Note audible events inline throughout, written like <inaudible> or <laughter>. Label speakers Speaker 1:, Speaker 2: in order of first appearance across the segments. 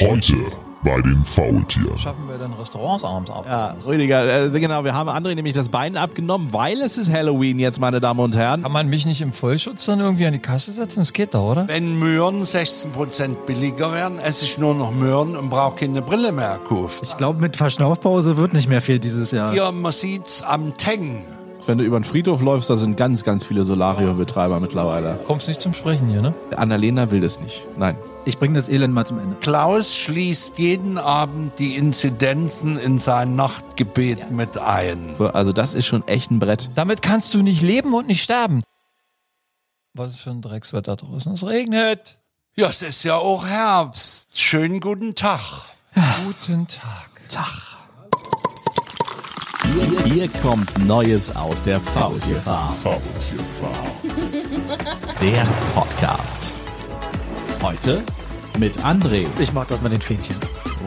Speaker 1: Heute bei den Faultieren.
Speaker 2: Schaffen wir denn Restaurants abends ab?
Speaker 3: Ja, Rüdiger, äh, genau, wir haben André nämlich das Bein abgenommen, weil es ist Halloween jetzt, meine Damen und Herren.
Speaker 2: Kann man mich nicht im Vollschutz dann irgendwie an die Kasse setzen? Das geht doch, oder?
Speaker 4: Wenn Möhren 16% billiger wären, esse ich nur noch Möhren und brauche keine Brille mehr kaufen.
Speaker 5: Ich glaube, mit Verschnaufpause wird nicht mehr viel dieses Jahr.
Speaker 4: Hier, man sieht's am Teng.
Speaker 3: Wenn du über den Friedhof läufst, da sind ganz, ganz viele Solariumbetreiber mittlerweile.
Speaker 2: Kommst nicht zum Sprechen hier, ne?
Speaker 3: Annalena will das nicht. Nein.
Speaker 5: Ich bringe das Elend mal zum Ende.
Speaker 4: Klaus schließt jeden Abend die Inzidenzen in sein Nachtgebet mit ein.
Speaker 3: So, Also das ist schon echt ein Brett.
Speaker 2: Damit kannst du nicht leben und nicht sterben. Was für ein Dreckswetter draußen. Es regnet.
Speaker 4: Ja, es ist ja auch Herbst. Schönen guten Tag.
Speaker 2: Guten Tag.
Speaker 3: Hier, hier kommt Neues aus der Faultierfarm. Der Podcast. Heute mit André,
Speaker 5: Ich mag das mit den Fähnchen.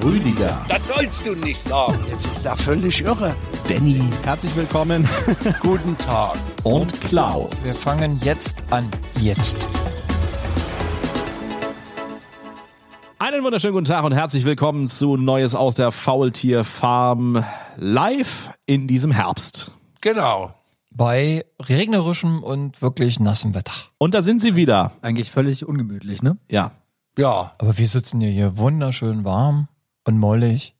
Speaker 3: Rüdiger,
Speaker 4: Das sollst du nicht sagen. Jetzt ist er völlig irre.
Speaker 3: Danny. Herzlich willkommen.
Speaker 4: Guten Tag.
Speaker 3: Und
Speaker 2: Wir
Speaker 3: Klaus.
Speaker 2: fangen jetzt an. Jetzt.
Speaker 3: Einen wunderschönen guten Tag und herzlich willkommen zu Neues aus der Faultierfarm live in diesem Herbst.
Speaker 4: Genau.
Speaker 2: Bei regnerischem und wirklich nassem Wetter.
Speaker 3: Und da sind sie wieder.
Speaker 5: Eigentlich völlig ungemütlich, ne?
Speaker 3: Ja.
Speaker 4: Ja.
Speaker 2: Aber wir sitzen hier, hier wunderschön warm und mollig.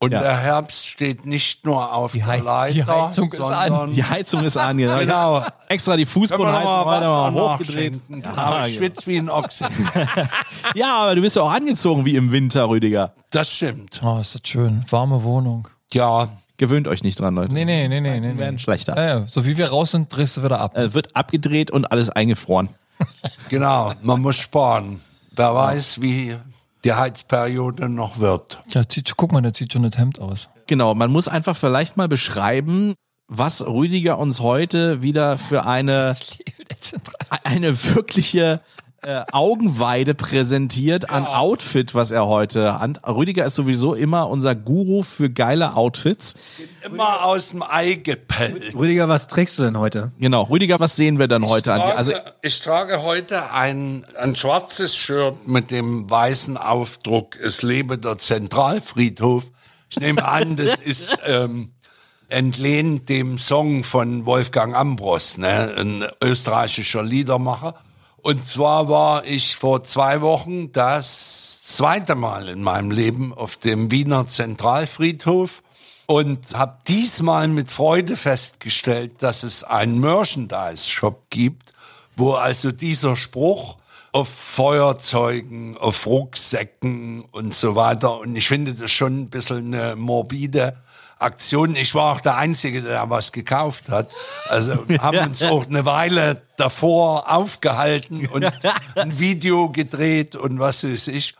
Speaker 4: Und
Speaker 3: Ja.
Speaker 4: der Herbst steht nicht nur auf
Speaker 2: Die
Speaker 4: der
Speaker 2: Hei-
Speaker 4: Leiter,
Speaker 2: die Heizung ist an.
Speaker 4: sondern
Speaker 3: Die Heizung ist an. Genau.
Speaker 4: Genau.
Speaker 3: Extra die
Speaker 4: Können wir noch
Speaker 3: Fußbodenheizung
Speaker 4: mal
Speaker 3: heute
Speaker 4: Wasser
Speaker 3: mal hochgedreht.
Speaker 4: nachschenken? Aber
Speaker 2: genau.
Speaker 4: ich schwitze wie
Speaker 2: <laughs>
Speaker 4: ein Ochse.
Speaker 3: genau. Ja, aber du bist ja auch angezogen wie im Winter, Rüdiger.
Speaker 4: Das stimmt.
Speaker 2: Oh, ist das schön. Warme Wohnung.
Speaker 4: Ja,
Speaker 3: Gewöhnt euch nicht dran, Leute.
Speaker 2: Nee, nee, nee, nee, nee. nee.
Speaker 3: werden schlechter.
Speaker 2: Ja, ja. so wie wir raus sind, drehst du wieder ab.
Speaker 3: Äh, wird abgedreht und alles eingefroren.
Speaker 4: genau. Man muss sparen. Wer weiß, wie die Heizperiode noch wird.
Speaker 2: Ja, zieht, guck mal, der zieht schon das Hemd aus.
Speaker 3: Genau, man muss einfach vielleicht mal beschreiben, was Rüdiger uns heute wieder für eine, e-, eine wirkliche äh, Augenweide präsentiert
Speaker 2: Genau.
Speaker 3: an Outfit, was er heute hat. Rüdiger ist sowieso immer unser Guru für geile Outfits.
Speaker 4: Immer aus dem Ei gepellt.
Speaker 5: Rüdiger, was trägst du denn heute?
Speaker 3: Genau, Rüdiger, was sehen wir dann heute an? Also
Speaker 4: ich trage heute ein, ein schwarzes Shirt mit dem weißen Aufdruck Es lebe der Zentralfriedhof. Ich nehme
Speaker 3: <laughs>
Speaker 4: an, das ist ähm, entlehnt dem Song von Wolfgang Ambros, ne? ein österreichischer Liedermacher. Und zwar war ich vor zwei Wochen das zweite Mal in meinem Leben auf dem Wiener Zentralfriedhof und habe diesmal mit Freude festgestellt, dass es einen Merchandise-Shop gibt, wo also dieser Spruch auf Feuerzeugen, auf Rucksäcken und so weiter. Und ich finde das schon ein bisschen eine morbide Aktion. Ich war auch der Einzige, der da was gekauft hat. Also wir haben uns auch eine Weile davor aufgehalten und ein Video gedreht und was weiß ich.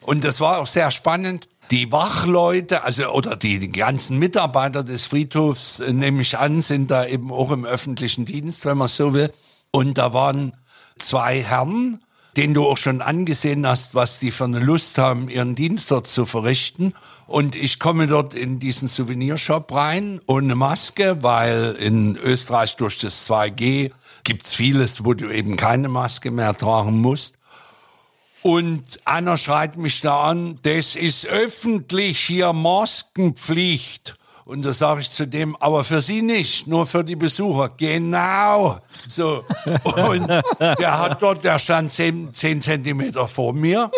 Speaker 4: Und das war auch sehr spannend. Die Wachleute, also oder die, die ganzen Mitarbeiter des Friedhofs, äh, nehme ich an, sind da eben auch im öffentlichen Dienst, wenn man so will. Und da waren zwei Herren, denen du auch schon angesehen hast, was die für eine Lust haben, ihren Dienst dort zu verrichten. Und ich komme dort in diesen Souvenirshop rein, ohne Maske, weil in Österreich durch das 2G gibt's vieles, wo du eben keine Maske mehr tragen musst. Und einer schreit mich da an, das ist öffentlich hier Maskenpflicht. Und da sage ich zu dem, aber für Sie nicht, nur für die Besucher. Genau. So. Und der hat dort, der stand zehn, zehn Zentimeter vor mir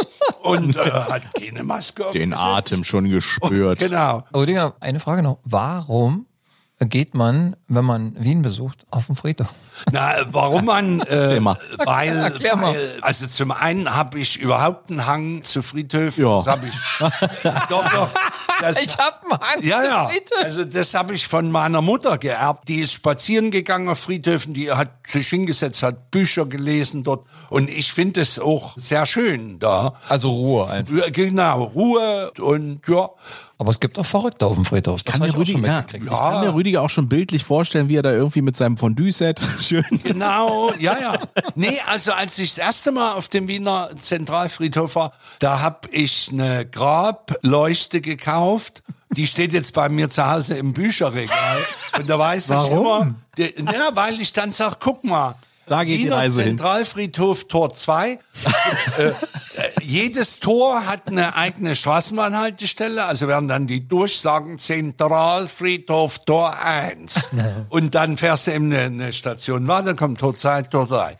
Speaker 4: und äh, hat keine Maske auf.
Speaker 3: den Atem schon gespürt.
Speaker 4: Genau.
Speaker 2: Oh, Digga, eine Frage noch. Warum geht man, wenn man Wien besucht, auf den Friedhof?
Speaker 4: <laughs> Na,
Speaker 3: <laughs>
Speaker 4: warum man? Äh,
Speaker 3: mal.
Speaker 4: Weil,
Speaker 2: erklär mal.
Speaker 4: weil, also zum einen habe ich überhaupt einen Hang zu Friedhöfen.
Speaker 3: Ja.
Speaker 4: Das habe ich. doch,
Speaker 2: <laughs>
Speaker 4: doch. Das,
Speaker 2: hab einen Hang
Speaker 4: Ja,
Speaker 2: zu
Speaker 4: ja.
Speaker 2: Friedhof.
Speaker 4: Also das habe ich von meiner Mutter geerbt. Die ist spazieren gegangen auf Friedhöfen, die hat sich hingesetzt, hat Bücher gelesen dort. Und ich finde es auch sehr schön da.
Speaker 2: Also Ruhe einfach.
Speaker 4: Ja, Genau, Ruhe und ja.
Speaker 2: Aber es gibt auch Verrückte auf dem Friedhof. Das
Speaker 3: Kann
Speaker 2: hab ich
Speaker 3: mir,
Speaker 2: auch schon
Speaker 3: Rüdiger, ja,
Speaker 2: mitgekriegt.
Speaker 3: ich kann mir Rüdiger auch schon bildlich vorstellen, wie er da irgendwie mit seinem Fondue-Set <laughs> schön.
Speaker 4: Genau, ja, ja. Nee, also als ich das erste Mal auf dem Wiener Zentralfriedhof war, da habe ich eine Grableuchte gekauft. Die steht jetzt bei mir zu Hause im Bücherregal. Und da weiß ich immer, die, ja, weil ich dann sag, guck mal,
Speaker 3: Da geht die
Speaker 4: Wiener
Speaker 3: Reise hin.
Speaker 4: Zentralfriedhof Tor 2. äh, äh, jedes Tor hat eine eigene Straßenbahnhaltestelle, also werden dann die Durchsagen Zentralfriedhof Tor
Speaker 3: <laughs>
Speaker 4: 1. Und dann fährst du eben eine, eine Station weiter, dann kommt Tor 2, Tor 3.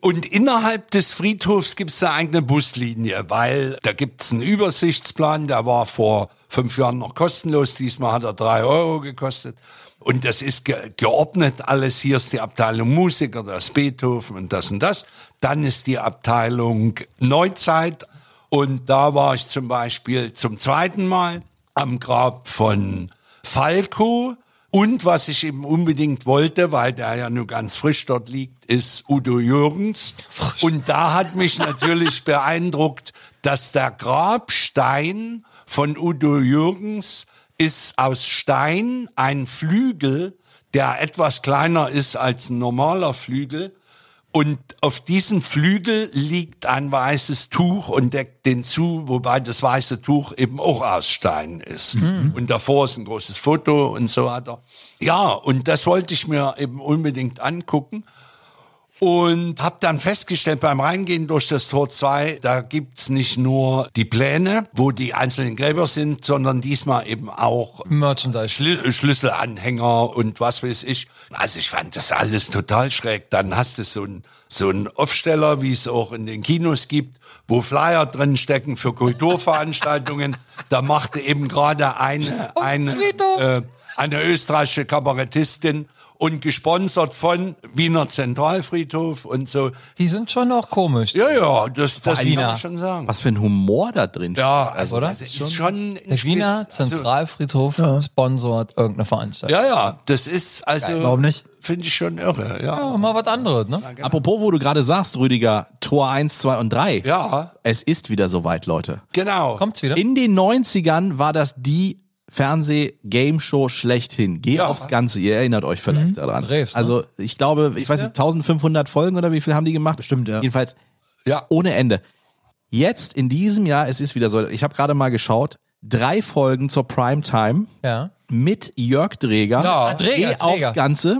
Speaker 4: Und innerhalb des Friedhofs gibt es eine eigene Buslinie, weil da gibt es einen Übersichtsplan, der war vor fünf Jahren noch kostenlos, diesmal hat er drei Euro gekostet. Und das ist ge geordnet alles. Hier ist die Abteilung Musiker, das Beethoven und das und das. Dann ist die Abteilung Neuzeit. Und da war ich zum Beispiel zum zweiten Mal am Grab von Falco. Und was ich eben unbedingt wollte, weil der ja nur ganz frisch dort liegt, ist Udo Jürgens. Und da hat mich natürlich beeindruckt, dass der Grabstein von Udo Jürgens ist aus Stein ein Flügel, der etwas kleiner ist als ein normaler Flügel. Und auf diesem Flügel liegt ein weißes Tuch und deckt den zu, wobei das weiße Tuch eben auch aus Stein ist. Und davor ist ein großes Foto und so weiter. Ja, und das wollte ich mir eben unbedingt angucken. Und habe dann festgestellt beim Reingehen durch das Tor 2, da gibt's nicht nur die Pläne, wo die einzelnen Gräber sind, sondern diesmal eben auch
Speaker 2: Merchandise.
Speaker 4: Schlü äh, Schlüsselanhänger und was weiß ich. Also ich fand das alles total schräg. Dann hast du so einen so einen Aufsteller, wie es auch in den Kinos gibt, wo Flyer drin stecken für Kulturveranstaltungen. da machte eben gerade eine eine
Speaker 2: Friedhof.
Speaker 4: äh, eine österreichische Kabarettistin und gesponsert von Wiener Zentralfriedhof und so.
Speaker 2: Die sind schon auch komisch.
Speaker 4: Ja, ja, das, das
Speaker 2: Wiener.
Speaker 4: muss ich schon sagen.
Speaker 3: Was für ein Humor da drin
Speaker 4: Ja,
Speaker 3: steckt. Also,
Speaker 4: also,
Speaker 2: oder?
Speaker 4: das ist schon
Speaker 2: Der Wiener
Speaker 4: spitz. Also,
Speaker 2: Zentralfriedhof sponsort irgendeine Veranstaltung.
Speaker 4: Ja, ja, das ist also.
Speaker 5: Warum nicht?
Speaker 4: Finde ich schon irre, ja.
Speaker 2: Ja, mal was anderes, ne?
Speaker 3: Apropos, wo du gerade sagst, Rüdiger, Tor 1, 2 und 3.
Speaker 4: Ja,
Speaker 3: Es ist wieder soweit, Leute.
Speaker 4: genau.
Speaker 2: Kommt's wieder?
Speaker 3: In den 90ern war das die Fernseh-Game-Show schlechthin. Geh
Speaker 4: Ja. Mhm.
Speaker 3: aufs Ganze, ihr erinnert euch vielleicht daran.
Speaker 2: Dreves, ne?
Speaker 3: Also, ich glaube, ich weiß nicht, 1500 Folgen oder wie viel haben die gemacht?
Speaker 5: Bestimmt, ja.
Speaker 3: Jedenfalls
Speaker 4: Ja.
Speaker 3: ohne Ende. Jetzt in diesem Jahr, es ist wieder so, ich habe gerade mal geschaut, drei Folgen zur Primetime
Speaker 2: Ja.
Speaker 3: mit Jörg Dreger.
Speaker 4: Ja. Oh,
Speaker 2: Dreger,
Speaker 3: Geh aufs
Speaker 2: Dreger.
Speaker 3: Ganze.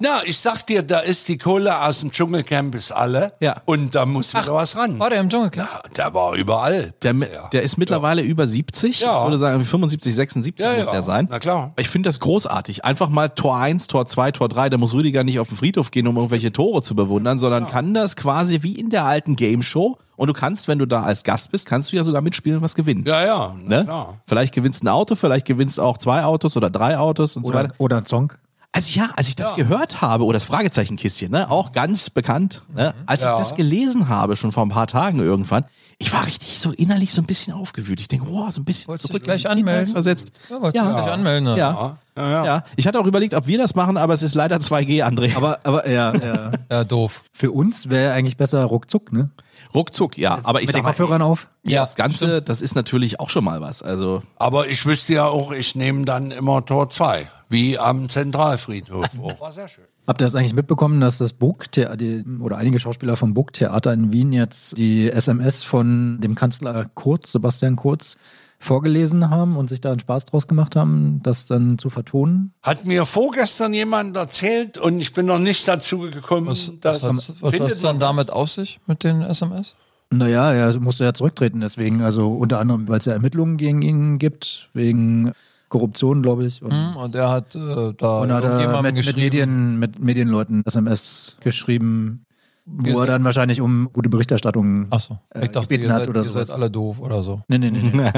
Speaker 4: Na, ich sag dir, da ist die Kohle aus dem Dschungelcamp ist alle.
Speaker 3: Ja.
Speaker 4: Und da muss wieder was ran.
Speaker 2: War der im Dschungelcamp?
Speaker 4: Ja, der war überall.
Speaker 3: Der, mi-
Speaker 4: bisher.
Speaker 3: der ist mittlerweile über 70.
Speaker 4: Ja.
Speaker 3: Ich würde sagen, 75, 76
Speaker 4: Ja,
Speaker 3: muss
Speaker 4: ja.
Speaker 3: der sein.
Speaker 4: Na klar.
Speaker 3: Ich finde das großartig. Einfach mal Tor 1, Tor 2, Tor 3. Da muss Rüdiger nicht auf den Friedhof gehen, um irgendwelche Tore zu bewundern, sondern kann das quasi wie in der alten Game Show. Und du kannst, wenn du da als Gast bist, kannst du ja sogar mitspielen und was gewinnen.
Speaker 4: ja, ja. Na
Speaker 3: Ne?
Speaker 4: klar.
Speaker 3: Vielleicht gewinnst du ein Auto, vielleicht gewinnst du auch zwei Autos oder drei Autos und so weiter.
Speaker 5: Oder, oder ein Song.
Speaker 3: Als ja, als ich das gehört habe, oder das Fragezeichenkästchen, ne, auch ganz bekannt, ne, als
Speaker 4: Ja.
Speaker 3: ich das gelesen habe, schon vor ein paar Tagen irgendwann, ich war richtig so innerlich so ein bisschen aufgewühlt. Ich denke, wow, so ein bisschen
Speaker 2: Wolltest du
Speaker 3: zurück
Speaker 2: dich gleich
Speaker 3: in die Kindheit
Speaker 2: anmelden?
Speaker 3: versetzt.
Speaker 2: Ja, wolltest du dich gleich anmelden, ne?
Speaker 3: Ja. Ja. Ich hatte auch überlegt, ob wir das machen, aber es ist leider 2G, André. Aber
Speaker 5: Aber, aber ja, ja.
Speaker 2: Ja, doof.
Speaker 5: Für uns wäre eigentlich besser ruckzuck, ne?
Speaker 3: ruckzuck, ja. Aber ich
Speaker 5: Mit den
Speaker 3: sag mal,
Speaker 5: Kopfhörern auf.
Speaker 2: Ja,
Speaker 3: das Ganze, das ist natürlich auch schon mal was. Also,
Speaker 4: Aber ich wüsste ja auch, ich nehme dann immer Tor 2. Wie
Speaker 3: <laughs>
Speaker 4: am Zentralfriedhof. auch. War sehr schön.
Speaker 5: Habt ihr das eigentlich mitbekommen, dass das Burgtheater oder einige Schauspieler vom Burgtheater in Wien jetzt die SMS von dem Kanzler Kurz, Sebastian Kurz, vorgelesen haben und sich da einen Spaß draus gemacht haben, das dann zu vertonen?
Speaker 4: Hat mir vorgestern jemand erzählt und ich bin noch nicht dazu gekommen, dass.
Speaker 2: Was, was, was
Speaker 4: findet
Speaker 2: hat's dann
Speaker 4: man-
Speaker 2: damit auf sich mit den SMS?
Speaker 5: Naja, er musste ja zurücktreten deswegen, also unter anderem, weil es ja Ermittlungen gegen ihn gibt, wegen Korruption, glaube ich. Und
Speaker 2: Hm, Und er hat äh, da
Speaker 5: Und hat er mit,
Speaker 2: irgendjemandem
Speaker 5: mit,
Speaker 2: geschrieben.
Speaker 5: Medien, mit Medienleuten SMS geschrieben, wo er
Speaker 2: sind-
Speaker 5: dann wahrscheinlich um gute Berichterstattung.
Speaker 2: Achso, ich
Speaker 5: äh,
Speaker 2: dachte,
Speaker 5: gebeten
Speaker 2: ihr
Speaker 5: hat
Speaker 2: seid,
Speaker 5: oder
Speaker 2: ihr seid
Speaker 5: sowas.
Speaker 2: alle doof oder so.
Speaker 5: Nee, nee, nee.
Speaker 3: <laughs>
Speaker 5: nee.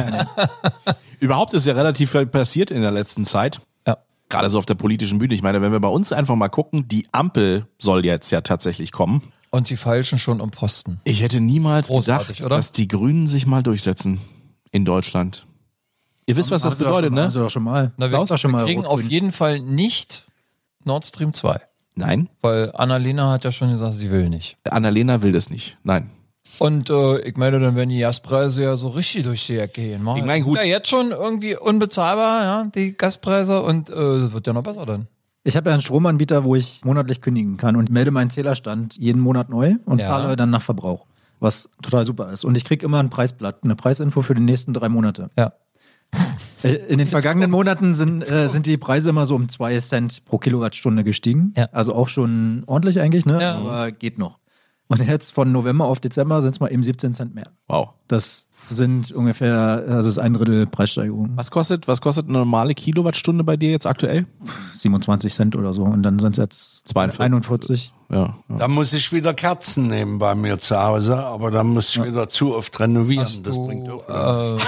Speaker 3: überhaupt ist ja relativ viel passiert in der letzten Zeit.
Speaker 2: Ja.
Speaker 3: Gerade so auf der politischen Bühne. Ich meine, wenn wir bei uns einfach mal gucken, die Ampel soll jetzt ja tatsächlich kommen.
Speaker 2: Und die feilschen schon am Posten.
Speaker 3: Ich hätte niemals
Speaker 2: Großartig,
Speaker 3: gedacht,
Speaker 2: oder?
Speaker 3: dass die Grünen sich mal durchsetzen in Deutschland. Ihr wisst, was das
Speaker 5: Hast du doch
Speaker 3: bedeutet,
Speaker 5: schon,
Speaker 3: ne?
Speaker 5: Hast du doch schon mal.
Speaker 2: Na, wir,
Speaker 5: Warst du
Speaker 2: wir
Speaker 5: schon mal
Speaker 2: kriegen auf
Speaker 5: rot-grün.
Speaker 2: jeden Fall nicht Nord Stream 2.
Speaker 3: Nein,
Speaker 2: Weil Annalena hat ja schon gesagt, sie will nicht.
Speaker 3: Annalena will das nicht. Nein.
Speaker 2: Und äh, ich meine, dann werden die Gaspreise ja so richtig durch die Ecke gehen. Mann.
Speaker 3: Ich meine, gut.
Speaker 2: Ja, jetzt schon irgendwie unbezahlbar, ja, die Gaspreise. Und äh, das wird ja noch besser dann.
Speaker 5: Ich habe ja einen Stromanbieter, wo ich monatlich kündigen kann und melde meinen Zählerstand jeden Monat neu und
Speaker 2: Ja.
Speaker 5: zahle dann nach Verbrauch. Was total super ist. Und ich kriege immer ein Preisblatt, eine Preisinfo für die nächsten drei Monate.
Speaker 2: Ja.
Speaker 5: Äh, In den vergangenen Monaten sind, äh, sind die Preise immer so um 2 Cent pro Kilowattstunde gestiegen.
Speaker 2: Ja.
Speaker 5: Also auch schon ordentlich eigentlich, ne?
Speaker 2: Ja.
Speaker 5: aber geht noch. Und jetzt von November auf Dezember sind es mal eben 17 Cent mehr.
Speaker 3: Wow.
Speaker 5: Das sind ungefähr, also ist ein Drittel Preissteigerung,
Speaker 3: Was kostet, was kostet eine normale Kilowattstunde bei dir jetzt aktuell?
Speaker 5: 27 Cent oder so. Und dann sind es jetzt
Speaker 3: 42.
Speaker 5: 41.
Speaker 3: Ja. ja.
Speaker 4: Da muss ich wieder Kerzen nehmen bei mir zu Hause, aber da muss ich wieder zu oft renovieren. Das bringt auch.
Speaker 2: äh,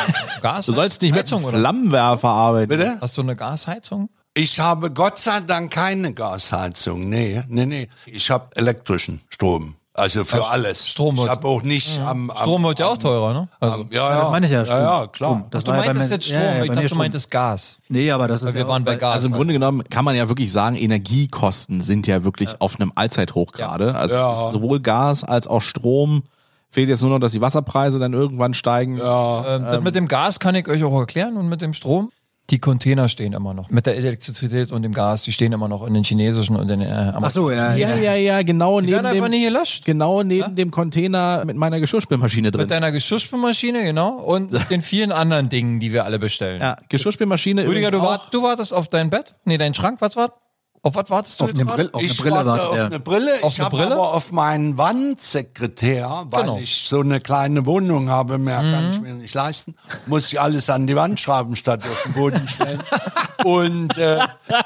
Speaker 2: Gas
Speaker 3: Du sollst nicht mit
Speaker 2: Heizung,
Speaker 3: einem
Speaker 2: oder?
Speaker 3: Flammenwerfer arbeiten.
Speaker 4: Bitte?
Speaker 2: Hast du eine Gasheizung?
Speaker 4: Ich habe Gott sei Dank keine Gasheizung. Nee, nee, nee. Ich habe elektrischen Strom. Also für alles.
Speaker 2: Strom
Speaker 4: ich
Speaker 2: wird-
Speaker 4: habe auch nicht am, am.
Speaker 2: Strom wird ja auch teurer, ne? Also,
Speaker 4: am- ja, ja.
Speaker 5: Das meine ich ja, Strom.
Speaker 4: Ja, ja, klar.
Speaker 5: Strom. Das
Speaker 2: du
Speaker 5: war ja bei
Speaker 2: meintest
Speaker 5: mir-
Speaker 2: jetzt Strom.
Speaker 5: ja, ja,
Speaker 2: ich
Speaker 5: bei
Speaker 2: dachte,
Speaker 5: mir
Speaker 2: du
Speaker 5: Strom.
Speaker 2: meintest Gas.
Speaker 5: Nee, aber das ist
Speaker 2: wir
Speaker 5: ja
Speaker 2: waren
Speaker 5: auch
Speaker 2: bei Gas.
Speaker 3: Also im Grunde genommen kann man ja wirklich sagen, Energiekosten sind ja wirklich auf einem Allzeithoch gerade. Also
Speaker 4: Ja.
Speaker 3: es ist sowohl Gas als auch Strom. Fehlt jetzt nur noch, dass die Wasserpreise dann irgendwann steigen.
Speaker 2: Ähm, das mit dem Gas kann ich euch auch erklären und mit dem Strom. Die Container stehen immer noch. Mit der Elektrizität und dem Gas, die stehen immer noch in den chinesischen und den äh,
Speaker 5: Ach so, ja.
Speaker 3: Ja, ja, ja, genau neben
Speaker 2: werden einfach
Speaker 3: dem,
Speaker 2: nie gelöscht.
Speaker 3: genau neben dem Container mit meiner Geschirrspülmaschine drin.
Speaker 2: Mit deiner Geschirrspülmaschine, genau. <laughs> Und den vielen anderen Dingen, die wir alle bestellen.
Speaker 3: ja, Geschirrspülmaschine.
Speaker 2: Rüdiger, du,
Speaker 3: übrigens
Speaker 2: wart, du wartest auf dein Bett? Nee, deinen Schrank, was war? Auf was wartest du
Speaker 5: Auf
Speaker 2: jetzt
Speaker 5: eine
Speaker 2: gerade?
Speaker 5: Brille, auf eine
Speaker 4: ich
Speaker 5: Brille
Speaker 4: warte
Speaker 5: wartet
Speaker 4: auf
Speaker 5: er.
Speaker 4: eine Brille.
Speaker 2: Auf
Speaker 4: ich
Speaker 2: eine
Speaker 4: habe
Speaker 2: Brille?
Speaker 4: aber auf meinen Wandsekretär, weil
Speaker 2: Genau.
Speaker 4: ich so eine kleine Wohnung habe, mehr kann ich mir nicht leisten, muss ich alles an die Wand schreiben, statt auf den Boden stellen. Und äh,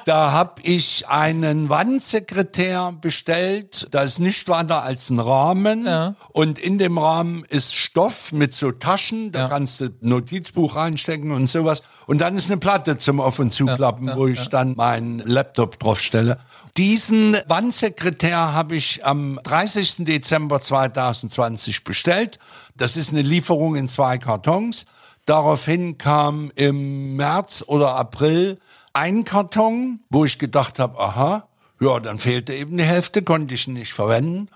Speaker 4: da habe ich einen Wandsekretär bestellt. Da ist nicht weiter als ein Rahmen. Und in dem Rahmen ist Stoff mit so Taschen. Da kannst du ein Notizbuch reinstecken und sowas. Und dann ist eine Platte zum Auf- und Zuklappen, wo ich dann meinen Laptop draufstelle. Diesen Wandsekretär habe ich am 30. Dezember 2020 bestellt. Das ist eine Lieferung in zwei Kartons. Daraufhin kam im März oder April ein Karton, wo ich gedacht habe, aha, ja, dann fehlte eben die Hälfte, konnte ich nicht verwenden.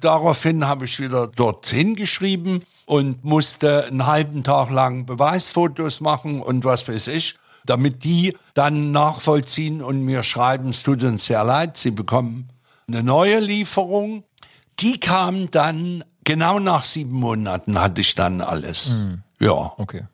Speaker 4: Daraufhin habe ich wieder dort hingeschrieben und musste einen halben Tag lang Beweisfotos machen und was weiß ich, damit die dann nachvollziehen und mir schreiben, es tut uns sehr leid, sie bekommen eine neue Lieferung. Die kam dann, genau nach sieben Monaten hatte ich dann alles. Ja.
Speaker 2: Okay.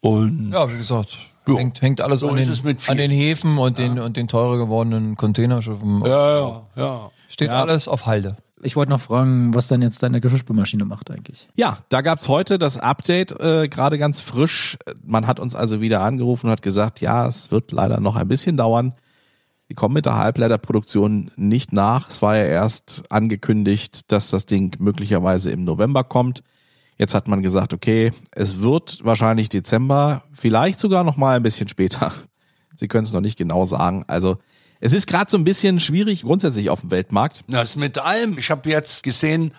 Speaker 4: Und
Speaker 2: Ja, wie gesagt, hängt, hängt alles
Speaker 4: So
Speaker 2: an,
Speaker 4: ist
Speaker 2: den,
Speaker 4: es mit
Speaker 2: an den
Speaker 4: vielen.
Speaker 2: Häfen und, den, und den teurer gewordenen Containerschiffen.
Speaker 4: ja, ja.
Speaker 2: Steht alles auf Halde.
Speaker 5: Ich wollte noch fragen, was dann jetzt deine Geschirrspülmaschine macht eigentlich.
Speaker 3: Ja, da gab's heute das Update, äh, gerade ganz frisch. Man hat uns also wieder angerufen und hat gesagt, ja, es wird leider noch ein bisschen dauern. Die kommen mit der Halbleiterproduktion nicht nach. Es war ja erst angekündigt, dass das Ding möglicherweise im November kommt. Jetzt hat man gesagt, okay, es wird wahrscheinlich Dezember, vielleicht sogar noch mal ein bisschen später. Sie können es noch nicht genau sagen. Also es ist gerade so ein bisschen schwierig grundsätzlich auf dem Weltmarkt.
Speaker 4: Das mit allem. Ich habe jetzt gesehen,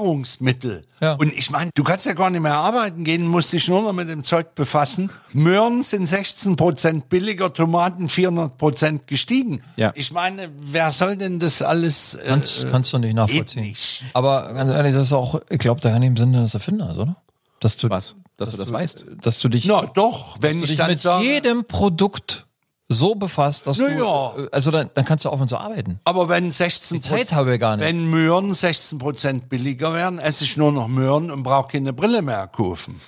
Speaker 4: Nahrungsmittel.
Speaker 2: Ja.
Speaker 4: Und ich meine, du kannst ja gar nicht mehr arbeiten gehen, musst dich nur noch mit dem Zeug befassen. Möhren sind 16 Prozent billiger, Tomaten 400 Prozent gestiegen.
Speaker 3: Ja.
Speaker 4: Ich meine, wer soll denn das alles... Äh,
Speaker 2: Kannst, kannst du nicht nachvollziehen.
Speaker 4: nicht.
Speaker 2: Aber ganz ehrlich, das ist auch, ich glaube, da kann im Sinne des Erfinders, oder? Dass du,
Speaker 3: Was? Dass du das weißt?
Speaker 2: Dass du dich,
Speaker 4: na doch,
Speaker 2: dass
Speaker 4: wenn
Speaker 2: du
Speaker 4: ich
Speaker 2: dich
Speaker 4: dann
Speaker 2: mit
Speaker 4: sage...
Speaker 2: jedem Produkt so befasst, dass du,
Speaker 4: Naja.
Speaker 2: äh, also dann, dann kannst du aufhören zu arbeiten.
Speaker 4: Aber wenn 16
Speaker 2: Die Zeit ne? habe ich gar nicht.
Speaker 4: Wenn Möhren 16 Prozent billiger wären, esse ich nur noch Möhren und brauche keine Brille mehr kaufen.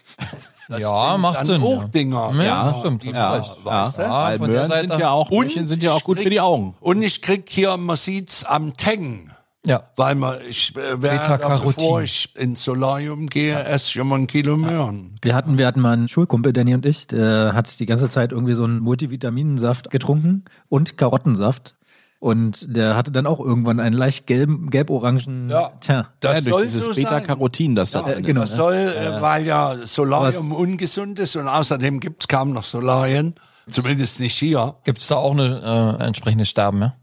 Speaker 4: Das
Speaker 2: ja,
Speaker 4: sind
Speaker 2: macht
Speaker 4: dann
Speaker 2: Sinn.
Speaker 4: Auch
Speaker 2: ja.
Speaker 4: Dinger.
Speaker 2: Ja, stimmt. hast
Speaker 3: Ja,
Speaker 2: recht.
Speaker 3: ja,
Speaker 2: du?
Speaker 3: weil
Speaker 2: Von der
Speaker 3: Möhren sind
Speaker 2: Seite-
Speaker 3: ja auch,
Speaker 4: Und
Speaker 3: Möhrchen sind ja auch gut für die Augen.
Speaker 4: Und ich krieg hier, man sieht's am Teng.
Speaker 2: ja.
Speaker 4: Weil man, ich, äh, während-
Speaker 2: Beta-Carotin.
Speaker 4: bevor ich ins Solarium gehe, esse ich immer ein Kilo Möhren.
Speaker 5: Wir hatten, wir hatten mal einen Schulkumpel, Danny und ich, der hat die ganze Zeit irgendwie so einen Multivitaminensaft getrunken und Karottensaft. Und der hatte dann auch irgendwann einen leicht gelben, gelb-orangen
Speaker 4: Ja.
Speaker 5: Teint.
Speaker 4: Das
Speaker 3: ja, durch
Speaker 4: soll
Speaker 3: dieses
Speaker 4: so sein.
Speaker 3: Beta-Carotin, das da
Speaker 5: Ja,
Speaker 3: drin ne?
Speaker 5: genau.
Speaker 4: Das soll, äh, weil ja Solarium
Speaker 5: Was-
Speaker 4: ungesund ist und außerdem gibt's kaum noch Solarien. Zumindest nicht hier.
Speaker 2: Gibt es da auch eine äh, entsprechende Sterben, ja?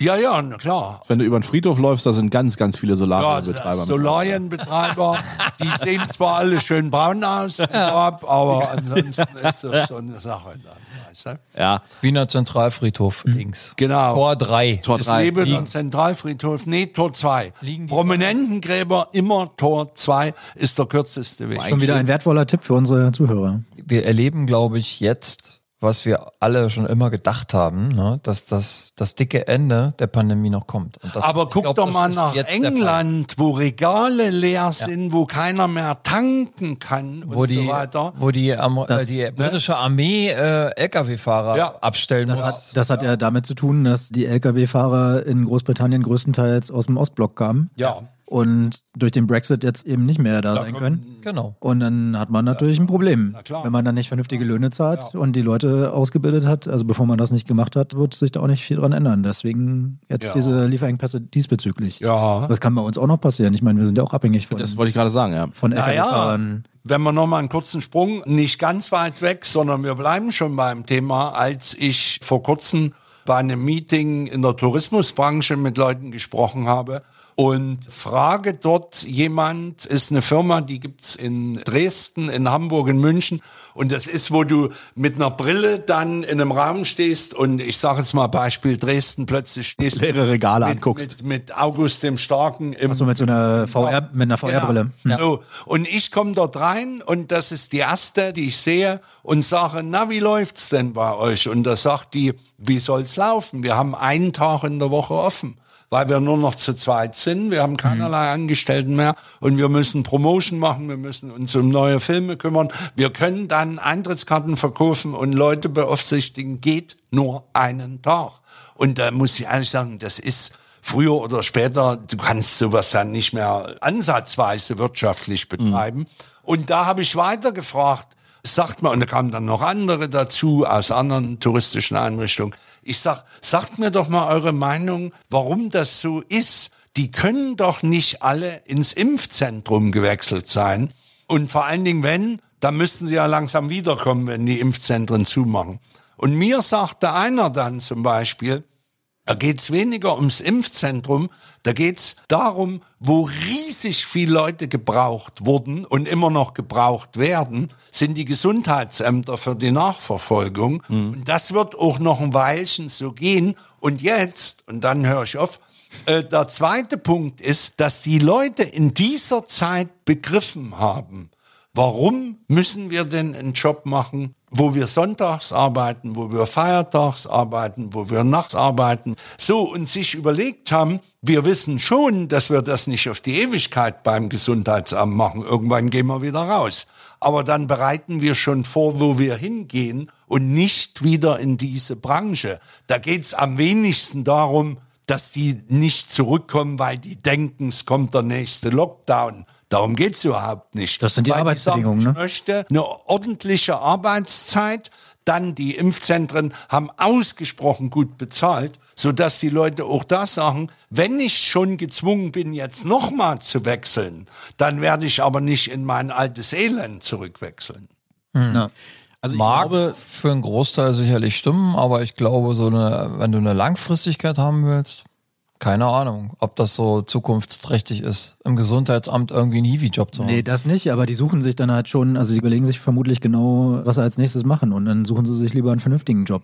Speaker 4: Ja, ja, na klar.
Speaker 3: ist. Wenn du über den Friedhof läufst, da sind ganz, ganz viele
Speaker 4: Ja,
Speaker 3: Solariumbetreiber. mit.
Speaker 4: Solarienbetreiber, die sehen zwar alle schön braun aus, im Korb, aber ansonsten ist das so eine Sache dann, weißt du?
Speaker 3: ja.
Speaker 2: Wiener
Speaker 5: Mhm.
Speaker 2: Zentralfriedhof links.
Speaker 4: Genau.
Speaker 2: Tor 3.
Speaker 3: Tor
Speaker 4: Es
Speaker 3: 3.
Speaker 4: lebe der Zentralfriedhof, nee, Tor 2.
Speaker 2: Liegen die-
Speaker 4: Prominentengräber, immer Tor 2 ist der kürzeste Weg.
Speaker 5: Schon wieder ein wertvoller Tipp für unsere Zuhörer.
Speaker 2: Wir erleben, glaube ich, jetzt, was wir alle schon immer gedacht haben, ne? dass das, das dicke Ende der Pandemie noch kommt. Und das,
Speaker 4: Aber
Speaker 2: ich
Speaker 4: guck
Speaker 2: glaub,
Speaker 4: doch
Speaker 2: das
Speaker 4: mal
Speaker 2: ist
Speaker 4: nach
Speaker 2: jetzt der Fall.
Speaker 4: England, wo Regale leer sind, wo keiner mehr tanken kann
Speaker 2: Wo
Speaker 4: und
Speaker 2: die,
Speaker 4: so weiter.
Speaker 2: wo die, Amer-
Speaker 5: Das- ne
Speaker 2: äh, die britische Armee äh, LKW-Fahrer
Speaker 4: Ja.
Speaker 2: abstellen
Speaker 5: Das
Speaker 2: muss.
Speaker 5: hat, das hat ja damit zu tun, dass die Lkw-Fahrer in Großbritannien größtenteils aus dem Ostblock kamen
Speaker 4: ja,
Speaker 5: und durch den Brexit jetzt eben nicht mehr da sein können.
Speaker 2: genau.
Speaker 5: Und dann hat man natürlich ein Problem,
Speaker 4: klar.
Speaker 5: wenn man dann nicht vernünftige Löhne zahlt und die Leute ausgebildet hat. Also bevor man das nicht gemacht hat, wird sich da auch nicht viel dran ändern. Deswegen jetzt
Speaker 4: Ja.
Speaker 5: diese Lieferengpässe diesbezüglich.
Speaker 4: ja.
Speaker 5: Das kann bei uns auch noch passieren. Ich meine, wir sind ja auch abhängig von,
Speaker 3: Das wollte ich gerade sagen, ja.
Speaker 5: von
Speaker 4: Naja, ähm,
Speaker 5: Lkw-Fahrern.
Speaker 4: wenn wir nochmal einen kurzen Sprung, nicht ganz weit weg, sondern wir bleiben schon beim Thema, als ich vor kurzem bei einem Meeting in der Tourismusbranche mit Leuten gesprochen habe und frage dort jemand, ist eine Firma, die gibt's in Dresden, in Hamburg, in München und das ist, wo du mit einer Brille dann in einem Raum stehst und ich sage jetzt mal Beispiel Dresden, plötzlich stehst du
Speaker 3: Leere Regale
Speaker 4: mit,
Speaker 3: anguckst.
Speaker 4: mit, mit August dem Starken im
Speaker 5: So mit so einer VR, mit einer VR-Brille.
Speaker 4: Genau. So, und ich komme dort rein und das ist die erste, die ich sehe und sage, na, wie läuft's denn bei euch? Und da sagt die, wie soll's laufen? Wir haben einen Tag in der Woche offen, weil wir nur noch zu zweit sind, wir haben keinerlei Angestellten mehr und wir müssen Promotion machen, wir müssen uns um neue Filme kümmern. Wir können dann Eintrittskarten verkaufen und Leute beaufsichtigen, geht nur einen Tag. Und da muss ich ehrlich sagen, das ist früher oder später, du kannst sowas dann nicht mehr ansatzweise wirtschaftlich betreiben. Und da habe ich weiter gefragt, sagt mir, und da kamen dann noch andere dazu aus anderen touristischen Einrichtungen. Ich sag, sagt mir doch mal eure Meinung, warum das so ist. Die können doch nicht alle ins Impfzentrum gewechselt sein. Und vor allen Dingen, wenn, dann müssten sie ja langsam wiederkommen, wenn die Impfzentren zumachen. Und mir sagte einer dann zum Beispiel, da geht's weniger ums Impfzentrum, da geht's darum, wo riesig viele Leute gebraucht wurden und immer noch gebraucht werden, sind die Gesundheitsämter für die Nachverfolgung. Und das wird auch noch ein Weilchen so gehen. Und jetzt, und dann höre ich auf, äh, der zweite Punkt ist, dass die Leute in dieser Zeit begriffen haben, Warum müssen wir denn einen Job machen, wo wir sonntags arbeiten, wo wir feiertags arbeiten, wo wir nachts arbeiten? So und sich überlegt haben, wir wissen schon, dass wir das nicht auf die Ewigkeit beim Gesundheitsamt machen. Irgendwann gehen wir wieder raus. Aber dann bereiten wir schon vor, wo wir hingehen und nicht wieder in diese Branche. Da geht's am wenigsten darum, dass die nicht zurückkommen, weil die denken, es kommt der nächste Lockdown. Darum geht's überhaupt nicht.
Speaker 5: Das sind die
Speaker 4: Weil
Speaker 5: Arbeitsbedingungen,
Speaker 4: sagen,
Speaker 5: ne?
Speaker 4: Ich möchte eine ordentliche Arbeitszeit. Dann die Impfzentren haben ausgesprochen gut bezahlt, sodass die Leute auch das sagen, wenn ich schon gezwungen bin, jetzt nochmal zu wechseln, dann werde ich aber nicht in mein altes Elend zurückwechseln. Genau.
Speaker 5: Hm.
Speaker 3: Also ich
Speaker 2: Mag
Speaker 3: glaube,
Speaker 2: für einen Großteil sicherlich stimmen, aber ich glaube, so eine, wenn du eine Langfristigkeit haben willst, keine Ahnung, ob das so zukunftsträchtig ist, im Gesundheitsamt irgendwie einen Hiwi-Job zu haben.
Speaker 5: Nee, das nicht, aber die suchen sich dann halt schon, also sie überlegen sich vermutlich genau, was sie als nächstes machen und dann suchen sie sich lieber einen vernünftigen Job,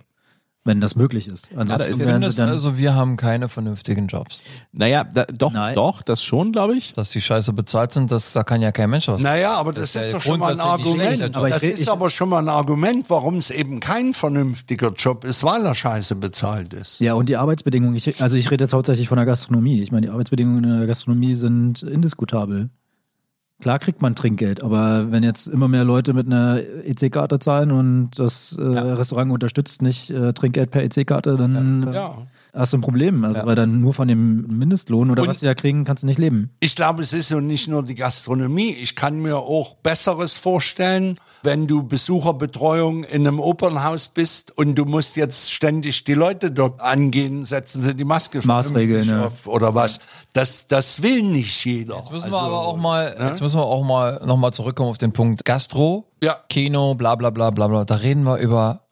Speaker 5: wenn das möglich ist. Ansonsten werden sie
Speaker 2: Zumindest,
Speaker 5: dann.
Speaker 2: also wir haben keine vernünftigen Jobs.
Speaker 3: naja, da, doch,
Speaker 5: Nein.
Speaker 3: doch, das schon, glaube ich.
Speaker 2: Dass die Scheiße bezahlt sind, das, da kann ja kein Mensch was.
Speaker 4: Naja, aber das,
Speaker 2: Das ist
Speaker 4: ist
Speaker 2: ja
Speaker 4: doch schon mal ein
Speaker 2: grundsätzlich nicht
Speaker 4: Argument.
Speaker 2: schlecht,
Speaker 5: aber ich
Speaker 4: das
Speaker 5: re-
Speaker 4: ist
Speaker 5: ich-
Speaker 4: aber schon mal ein Argument, warum es eben kein vernünftiger Job ist, weil er scheiße bezahlt ist.
Speaker 5: ja, und die Arbeitsbedingungen, ich, also ich rede jetzt hauptsächlich von der Gastronomie. Ich meine, die Arbeitsbedingungen in der Gastronomie sind indiskutabel. Klar kriegt man Trinkgeld, aber wenn jetzt immer mehr Leute mit einer EC-Karte zahlen und das äh, Restaurant unterstützt nicht äh, Trinkgeld per EC-Karte, dann äh,
Speaker 4: Ja.
Speaker 5: hast du ein Problem. Also weil dann nur von dem Mindestlohn oder
Speaker 4: Und-
Speaker 5: was die da kriegen, kannst du nicht leben.
Speaker 4: Ich glaube, es ist und nicht nur die Gastronomie. Ich kann mir auch Besseres vorstellen, wenn du Besucherbetreuung in einem Opernhaus bist und du musst jetzt ständig die Leute dort angehen, setzen sie die Maske
Speaker 5: Maßregeln,
Speaker 4: vernünftig
Speaker 5: ja.
Speaker 4: auf oder was. Das, das will nicht jeder.
Speaker 2: Jetzt müssen
Speaker 4: also,
Speaker 2: wir aber auch mal, jetzt müssen wir auch mal nochmal zurückkommen auf den Punkt Gastro,
Speaker 4: Ja.
Speaker 2: Kino, bla bla bla bla bla. Da reden wir über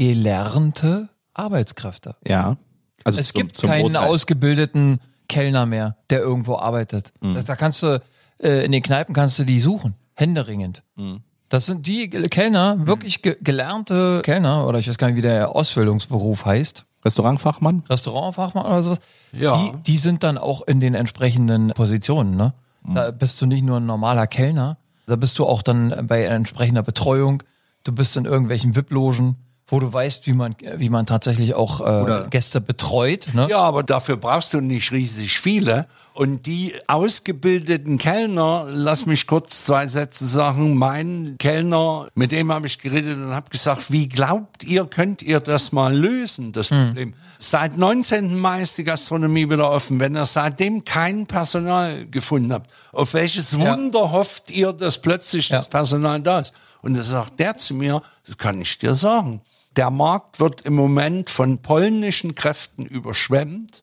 Speaker 2: ungelernte Arbeitskräfte.
Speaker 3: Ja. Also
Speaker 2: Es
Speaker 3: zum-
Speaker 2: gibt
Speaker 3: zum
Speaker 2: keinen
Speaker 3: Großteil.
Speaker 2: ausgebildeten Kellner mehr, der irgendwo arbeitet.
Speaker 3: Mhm.
Speaker 2: Da, da kannst du, äh, in den Kneipen kannst du die suchen, händeringend.
Speaker 3: Mhm.
Speaker 2: Das sind die Ge- Kellner, wirklich ge gelernte Kellner, oder ich weiß gar nicht, wie der Ausbildungsberuf heißt.
Speaker 3: Restaurantfachmann?
Speaker 2: Restaurantfachmann oder sowas.
Speaker 4: Ja.
Speaker 2: Die, die sind dann auch in den entsprechenden Positionen, ne?
Speaker 3: Mhm.
Speaker 2: Da bist du nicht nur ein normaler Kellner, da bist du auch dann bei entsprechender Betreuung, du bist in irgendwelchen VIP-Logen wo du weißt, wie man, wie man tatsächlich auch äh,
Speaker 5: Oder-
Speaker 2: Gäste betreut. Ne?
Speaker 4: Ja, aber dafür brauchst du nicht riesig viele. Und die ausgebildeten Kellner, lass mich kurz zwei Sätze sagen, mein Kellner, mit dem habe ich geredet und habe gesagt, wie glaubt ihr, könnt ihr das mal lösen, das Problem? Seit 19. Mai ist die Gastronomie wieder offen. Wenn ihr seitdem kein Personal gefunden habt, auf welches Wunder hofft ihr, dass plötzlich das Personal da ist? Und das sagt der zu mir, das kann ich dir sagen. Der Markt wird im Moment von polnischen Kräften überschwemmt.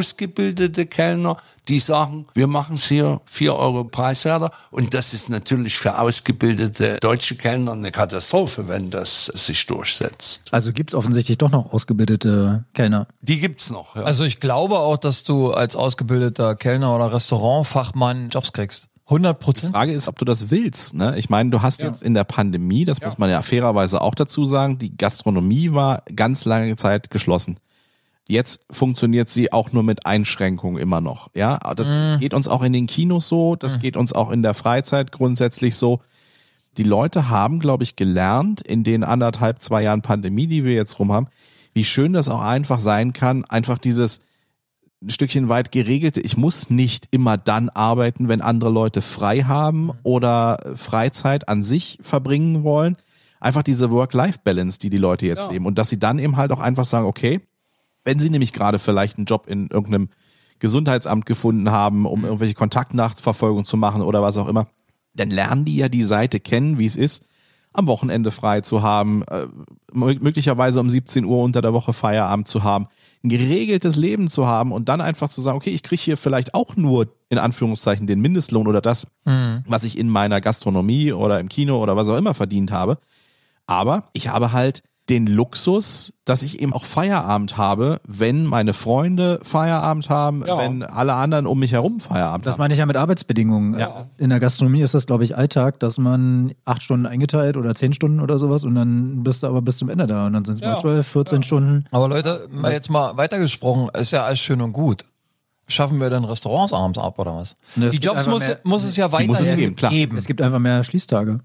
Speaker 4: Ausgebildete Kellner, die sagen, wir machen es hier vier Euro preiswerter. Und das ist natürlich für ausgebildete deutsche Kellner eine Katastrophe, wenn das sich durchsetzt.
Speaker 5: Also gibt es offensichtlich doch noch ausgebildete Kellner.
Speaker 4: Die gibt's noch. Ja.
Speaker 2: Also ich glaube auch, dass du als ausgebildeter Kellner oder Restaurantfachmann Jobs kriegst. 100 Prozent.
Speaker 3: Frage ist, ob du das willst. Ne? Ich meine, du hast jetzt in der Pandemie, das muss man ja fairerweise auch dazu sagen, die Gastronomie war ganz lange Zeit geschlossen. Jetzt funktioniert sie auch nur mit Einschränkungen immer noch. Ja, das geht uns auch in den Kinos so, das geht uns auch in der Freizeit grundsätzlich so. Die Leute haben, glaube ich, gelernt in den anderthalb, zwei Jahren Pandemie, die wir jetzt rum haben, wie schön das auch einfach sein kann, einfach dieses ein Stückchen weit geregelte, ich muss nicht immer dann arbeiten, wenn andere Leute frei haben oder Freizeit an sich verbringen wollen. Einfach diese Work-Life-Balance, die die Leute jetzt leben. Und dass sie dann eben halt auch einfach sagen, okay, wenn sie nämlich gerade vielleicht einen Job in irgendeinem Gesundheitsamt gefunden haben, um irgendwelche Kontaktnachverfolgung zu machen oder was auch immer, dann lernen die ja die Seite kennen, wie es ist, am Wochenende frei zu haben, äh, mö- möglicherweise um 17 Uhr unter der Woche Feierabend zu haben, ein geregeltes Leben zu haben und dann einfach zu sagen, okay, ich kriege hier vielleicht auch nur in Anführungszeichen den Mindestlohn oder das, was ich in meiner Gastronomie oder im Kino oder was auch immer verdient habe. Aber ich habe halt den Luxus, dass ich eben auch Feierabend habe, wenn meine Freunde Feierabend haben,
Speaker 4: Ja.
Speaker 3: wenn alle anderen um mich herum Feierabend
Speaker 5: Das
Speaker 3: haben.
Speaker 5: meine ich ja mit Arbeitsbedingungen. In der Gastronomie ist das, glaube ich, Alltag, dass man acht Stunden eingeteilt oder zehn Stunden oder sowas und dann bist du aber bis zum Ende da und dann sind es mal zwölf, 14 Stunden.
Speaker 2: Aber Leute, mal jetzt mal weitergesprochen, ist ja alles schön und gut. Schaffen wir dann Restaurants abends ab oder was?
Speaker 5: Ne, es
Speaker 2: Die
Speaker 5: gibt
Speaker 2: Jobs
Speaker 5: einfach
Speaker 2: muss,
Speaker 5: mehr-
Speaker 2: muss es ja
Speaker 3: Die
Speaker 2: weiterhin
Speaker 3: muss es geben, klar.
Speaker 2: Mhm.
Speaker 5: Es gibt einfach mehr Schließtage.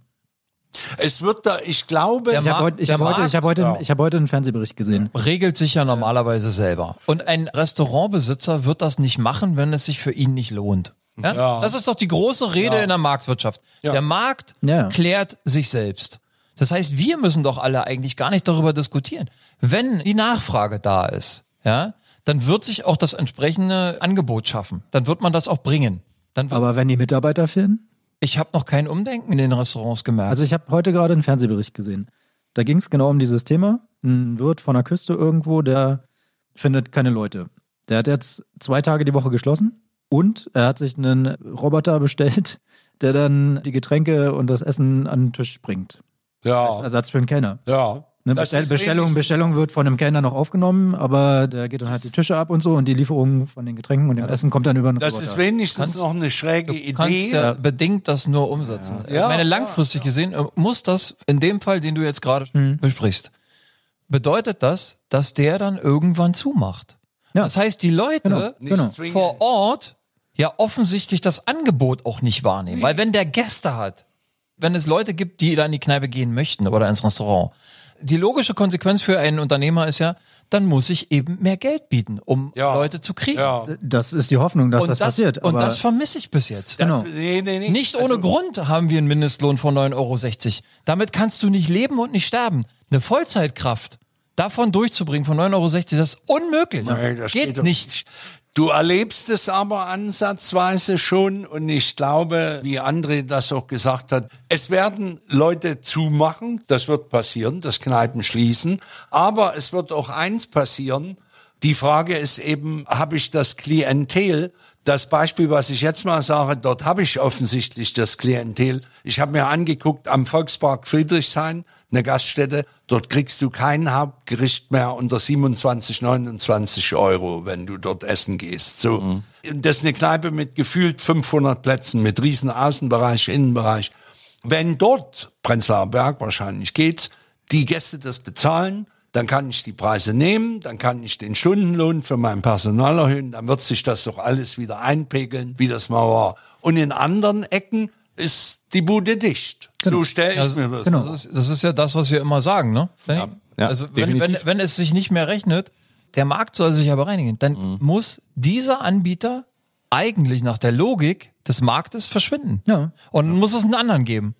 Speaker 4: Es wird da, ich glaube,
Speaker 2: Der
Speaker 5: Ich habe
Speaker 2: Markt-
Speaker 5: heute, ich
Speaker 2: der
Speaker 5: hab heute, ich hab
Speaker 2: Markt-
Speaker 5: heute, ich hab heute einen Fernsehbericht gesehen.
Speaker 2: regelt sich ja normalerweise selber. Und ein Restaurantbesitzer wird das nicht machen, wenn es sich für ihn nicht lohnt. Ja?
Speaker 4: Ja.
Speaker 2: Das ist doch die große Rede in der Marktwirtschaft. Der Markt
Speaker 5: Ja.
Speaker 2: klärt sich selbst. Das heißt, wir müssen doch alle eigentlich gar nicht darüber diskutieren. Wenn die Nachfrage da ist, ja, dann wird sich auch das entsprechende Angebot schaffen. Dann wird man das auch bringen. Dann wird,
Speaker 5: Aber wenn die Mitarbeiter fehlen?
Speaker 2: ich habe noch kein Umdenken in den Restaurants gemerkt.
Speaker 5: Also ich habe heute gerade einen Fernsehbericht gesehen. Da ging es genau um dieses Thema. Ein Wirt von der Küste irgendwo, der findet keine Leute. Der hat jetzt zwei Tage die Woche geschlossen und er hat sich einen Roboter <laughs> bestellt, der dann die Getränke und das Essen an den Tisch bringt. Als
Speaker 4: ja,
Speaker 5: Ersatz für den Kellner.
Speaker 4: ja.
Speaker 5: Ne,
Speaker 4: Das
Speaker 5: Bestell
Speaker 4: ist
Speaker 5: Bestellung,
Speaker 4: wenigstens-
Speaker 5: Bestellung wird von dem Kellner noch aufgenommen, aber der geht dann halt die Tische ab und so und die Lieferung von den Getränken und dem Essen kommt dann über einen
Speaker 4: Das
Speaker 5: Roboter.
Speaker 4: ist wenigstens
Speaker 2: Kannst-
Speaker 4: noch eine
Speaker 2: Du
Speaker 4: schräge Idee.
Speaker 2: kannst ja bedingt das nur umsetzen.
Speaker 4: Ja,
Speaker 2: ich meine,
Speaker 4: ja,
Speaker 2: langfristig gesehen äh, muss das in dem Fall, den du jetzt gerade
Speaker 5: Mhm.
Speaker 2: besprichst, bedeutet das, dass der dann irgendwann zumacht.
Speaker 5: Ja.
Speaker 2: Das heißt, die Leute
Speaker 4: Nicht
Speaker 5: Genau.
Speaker 4: zwingend.
Speaker 2: vor Ort ja offensichtlich das Angebot auch nicht wahrnehmen. Weil wenn der Gäste hat, wenn es Leute gibt, die da in die Kneipe gehen möchten oder ins Restaurant, die logische Konsequenz für einen Unternehmer ist ja, dann muss ich eben mehr Geld bieten, um
Speaker 4: Ja.
Speaker 2: Leute zu kriegen.
Speaker 4: ja.
Speaker 5: das ist die Hoffnung, dass
Speaker 2: Und
Speaker 5: das,
Speaker 2: das,
Speaker 5: passiert.
Speaker 2: und
Speaker 5: aber
Speaker 2: das vermisse ich bis jetzt.
Speaker 4: Das,
Speaker 5: Genau.
Speaker 4: nee, nee, nee.
Speaker 2: Nicht ohne Grund haben wir einen Mindestlohn von 9,60 Euro. Damit kannst du nicht leben und nicht sterben. Eine Vollzeitkraft davon durchzubringen von 9,60 Euro, das ist unmöglich.
Speaker 4: Nee, das
Speaker 2: geht,
Speaker 4: geht doch
Speaker 2: nicht.
Speaker 4: Du erlebst es aber ansatzweise schon und ich glaube, wie André das auch gesagt hat, es werden Leute zumachen, das wird passieren, das Kneipen schließen, aber es wird auch eins passieren, die Frage ist eben, habe ich das Klientel? Das Beispiel, was ich jetzt mal sage, dort habe ich offensichtlich das Klientel. Ich habe mir angeguckt am Volkspark Friedrichshain, eine Gaststätte, dort kriegst du kein Hauptgericht mehr unter 27, 29 Euro, wenn du dort essen gehst. So.
Speaker 5: Mhm.
Speaker 4: Und Das ist eine Kneipe mit gefühlt 500 Plätzen, mit riesen Außenbereich, Innenbereich. Wenn dort, Prenzlauer Berg wahrscheinlich geht's, die Gäste das bezahlen, dann kann ich die Preise nehmen, dann kann ich den Stundenlohn für mein Personal erhöhen, dann wird sich das doch alles wieder einpegeln, wie das mal war. Und in anderen Ecken ist die Bude dicht. So stelle ich mir das.
Speaker 2: Also,
Speaker 5: genau.
Speaker 2: Das ist, das ist ja das, was wir immer sagen, ne? Danny?
Speaker 3: Ja,
Speaker 2: also wenn,
Speaker 3: definitiv.
Speaker 2: wenn, wenn es sich nicht mehr rechnet, der Markt soll sich aber reinigen, dann
Speaker 3: Mhm.
Speaker 2: muss dieser Anbieter eigentlich nach der Logik des Marktes verschwinden.
Speaker 5: Ja.
Speaker 2: Und muss es einen anderen geben.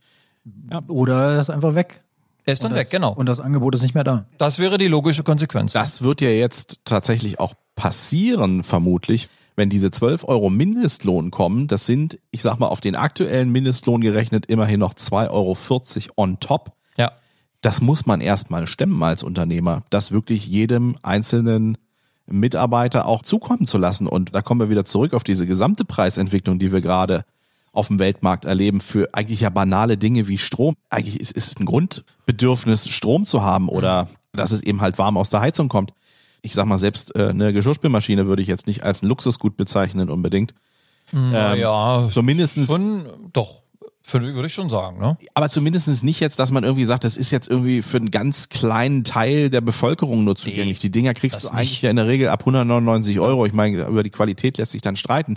Speaker 5: Oder er ist einfach weg.
Speaker 2: Er ist dann
Speaker 5: Das-
Speaker 2: weg, genau.
Speaker 5: Und das Angebot ist nicht mehr da.
Speaker 2: das wäre die logische Konsequenz.
Speaker 3: Das wird ja jetzt tatsächlich auch passieren, vermutlich, wenn diese 12 Euro Mindestlohn kommen. Das sind, ich sag mal, auf den aktuellen Mindestlohn gerechnet immerhin noch 2,40 Euro on top.
Speaker 2: ja.
Speaker 3: Das muss man erstmal stemmen als Unternehmer, das wirklich jedem einzelnen Mitarbeiter auch zukommen zu lassen. Und da kommen wir wieder zurück auf diese gesamte Preisentwicklung, die wir gerade auf dem Weltmarkt erleben, für eigentlich ja banale Dinge wie Strom. Eigentlich ist, ist es ein Grundbedürfnis, Strom zu haben oder dass es eben halt warm aus der Heizung kommt. Ich sag mal, selbst äh, eine Geschirrspülmaschine würde ich jetzt nicht als ein Luxusgut bezeichnen unbedingt. Ähm,
Speaker 2: ja,
Speaker 3: So mindestens
Speaker 2: schon, doch, für- würde ich schon sagen, ne?
Speaker 3: aber zumindest nicht jetzt, dass man irgendwie sagt, das ist jetzt irgendwie für einen ganz kleinen Teil der Bevölkerung nur zugänglich. die Dinger kriegst du
Speaker 2: das
Speaker 3: eigentlich
Speaker 2: nicht.
Speaker 3: ja in der Regel ab 199 Euro. Ich meine, über die Qualität lässt sich dann streiten.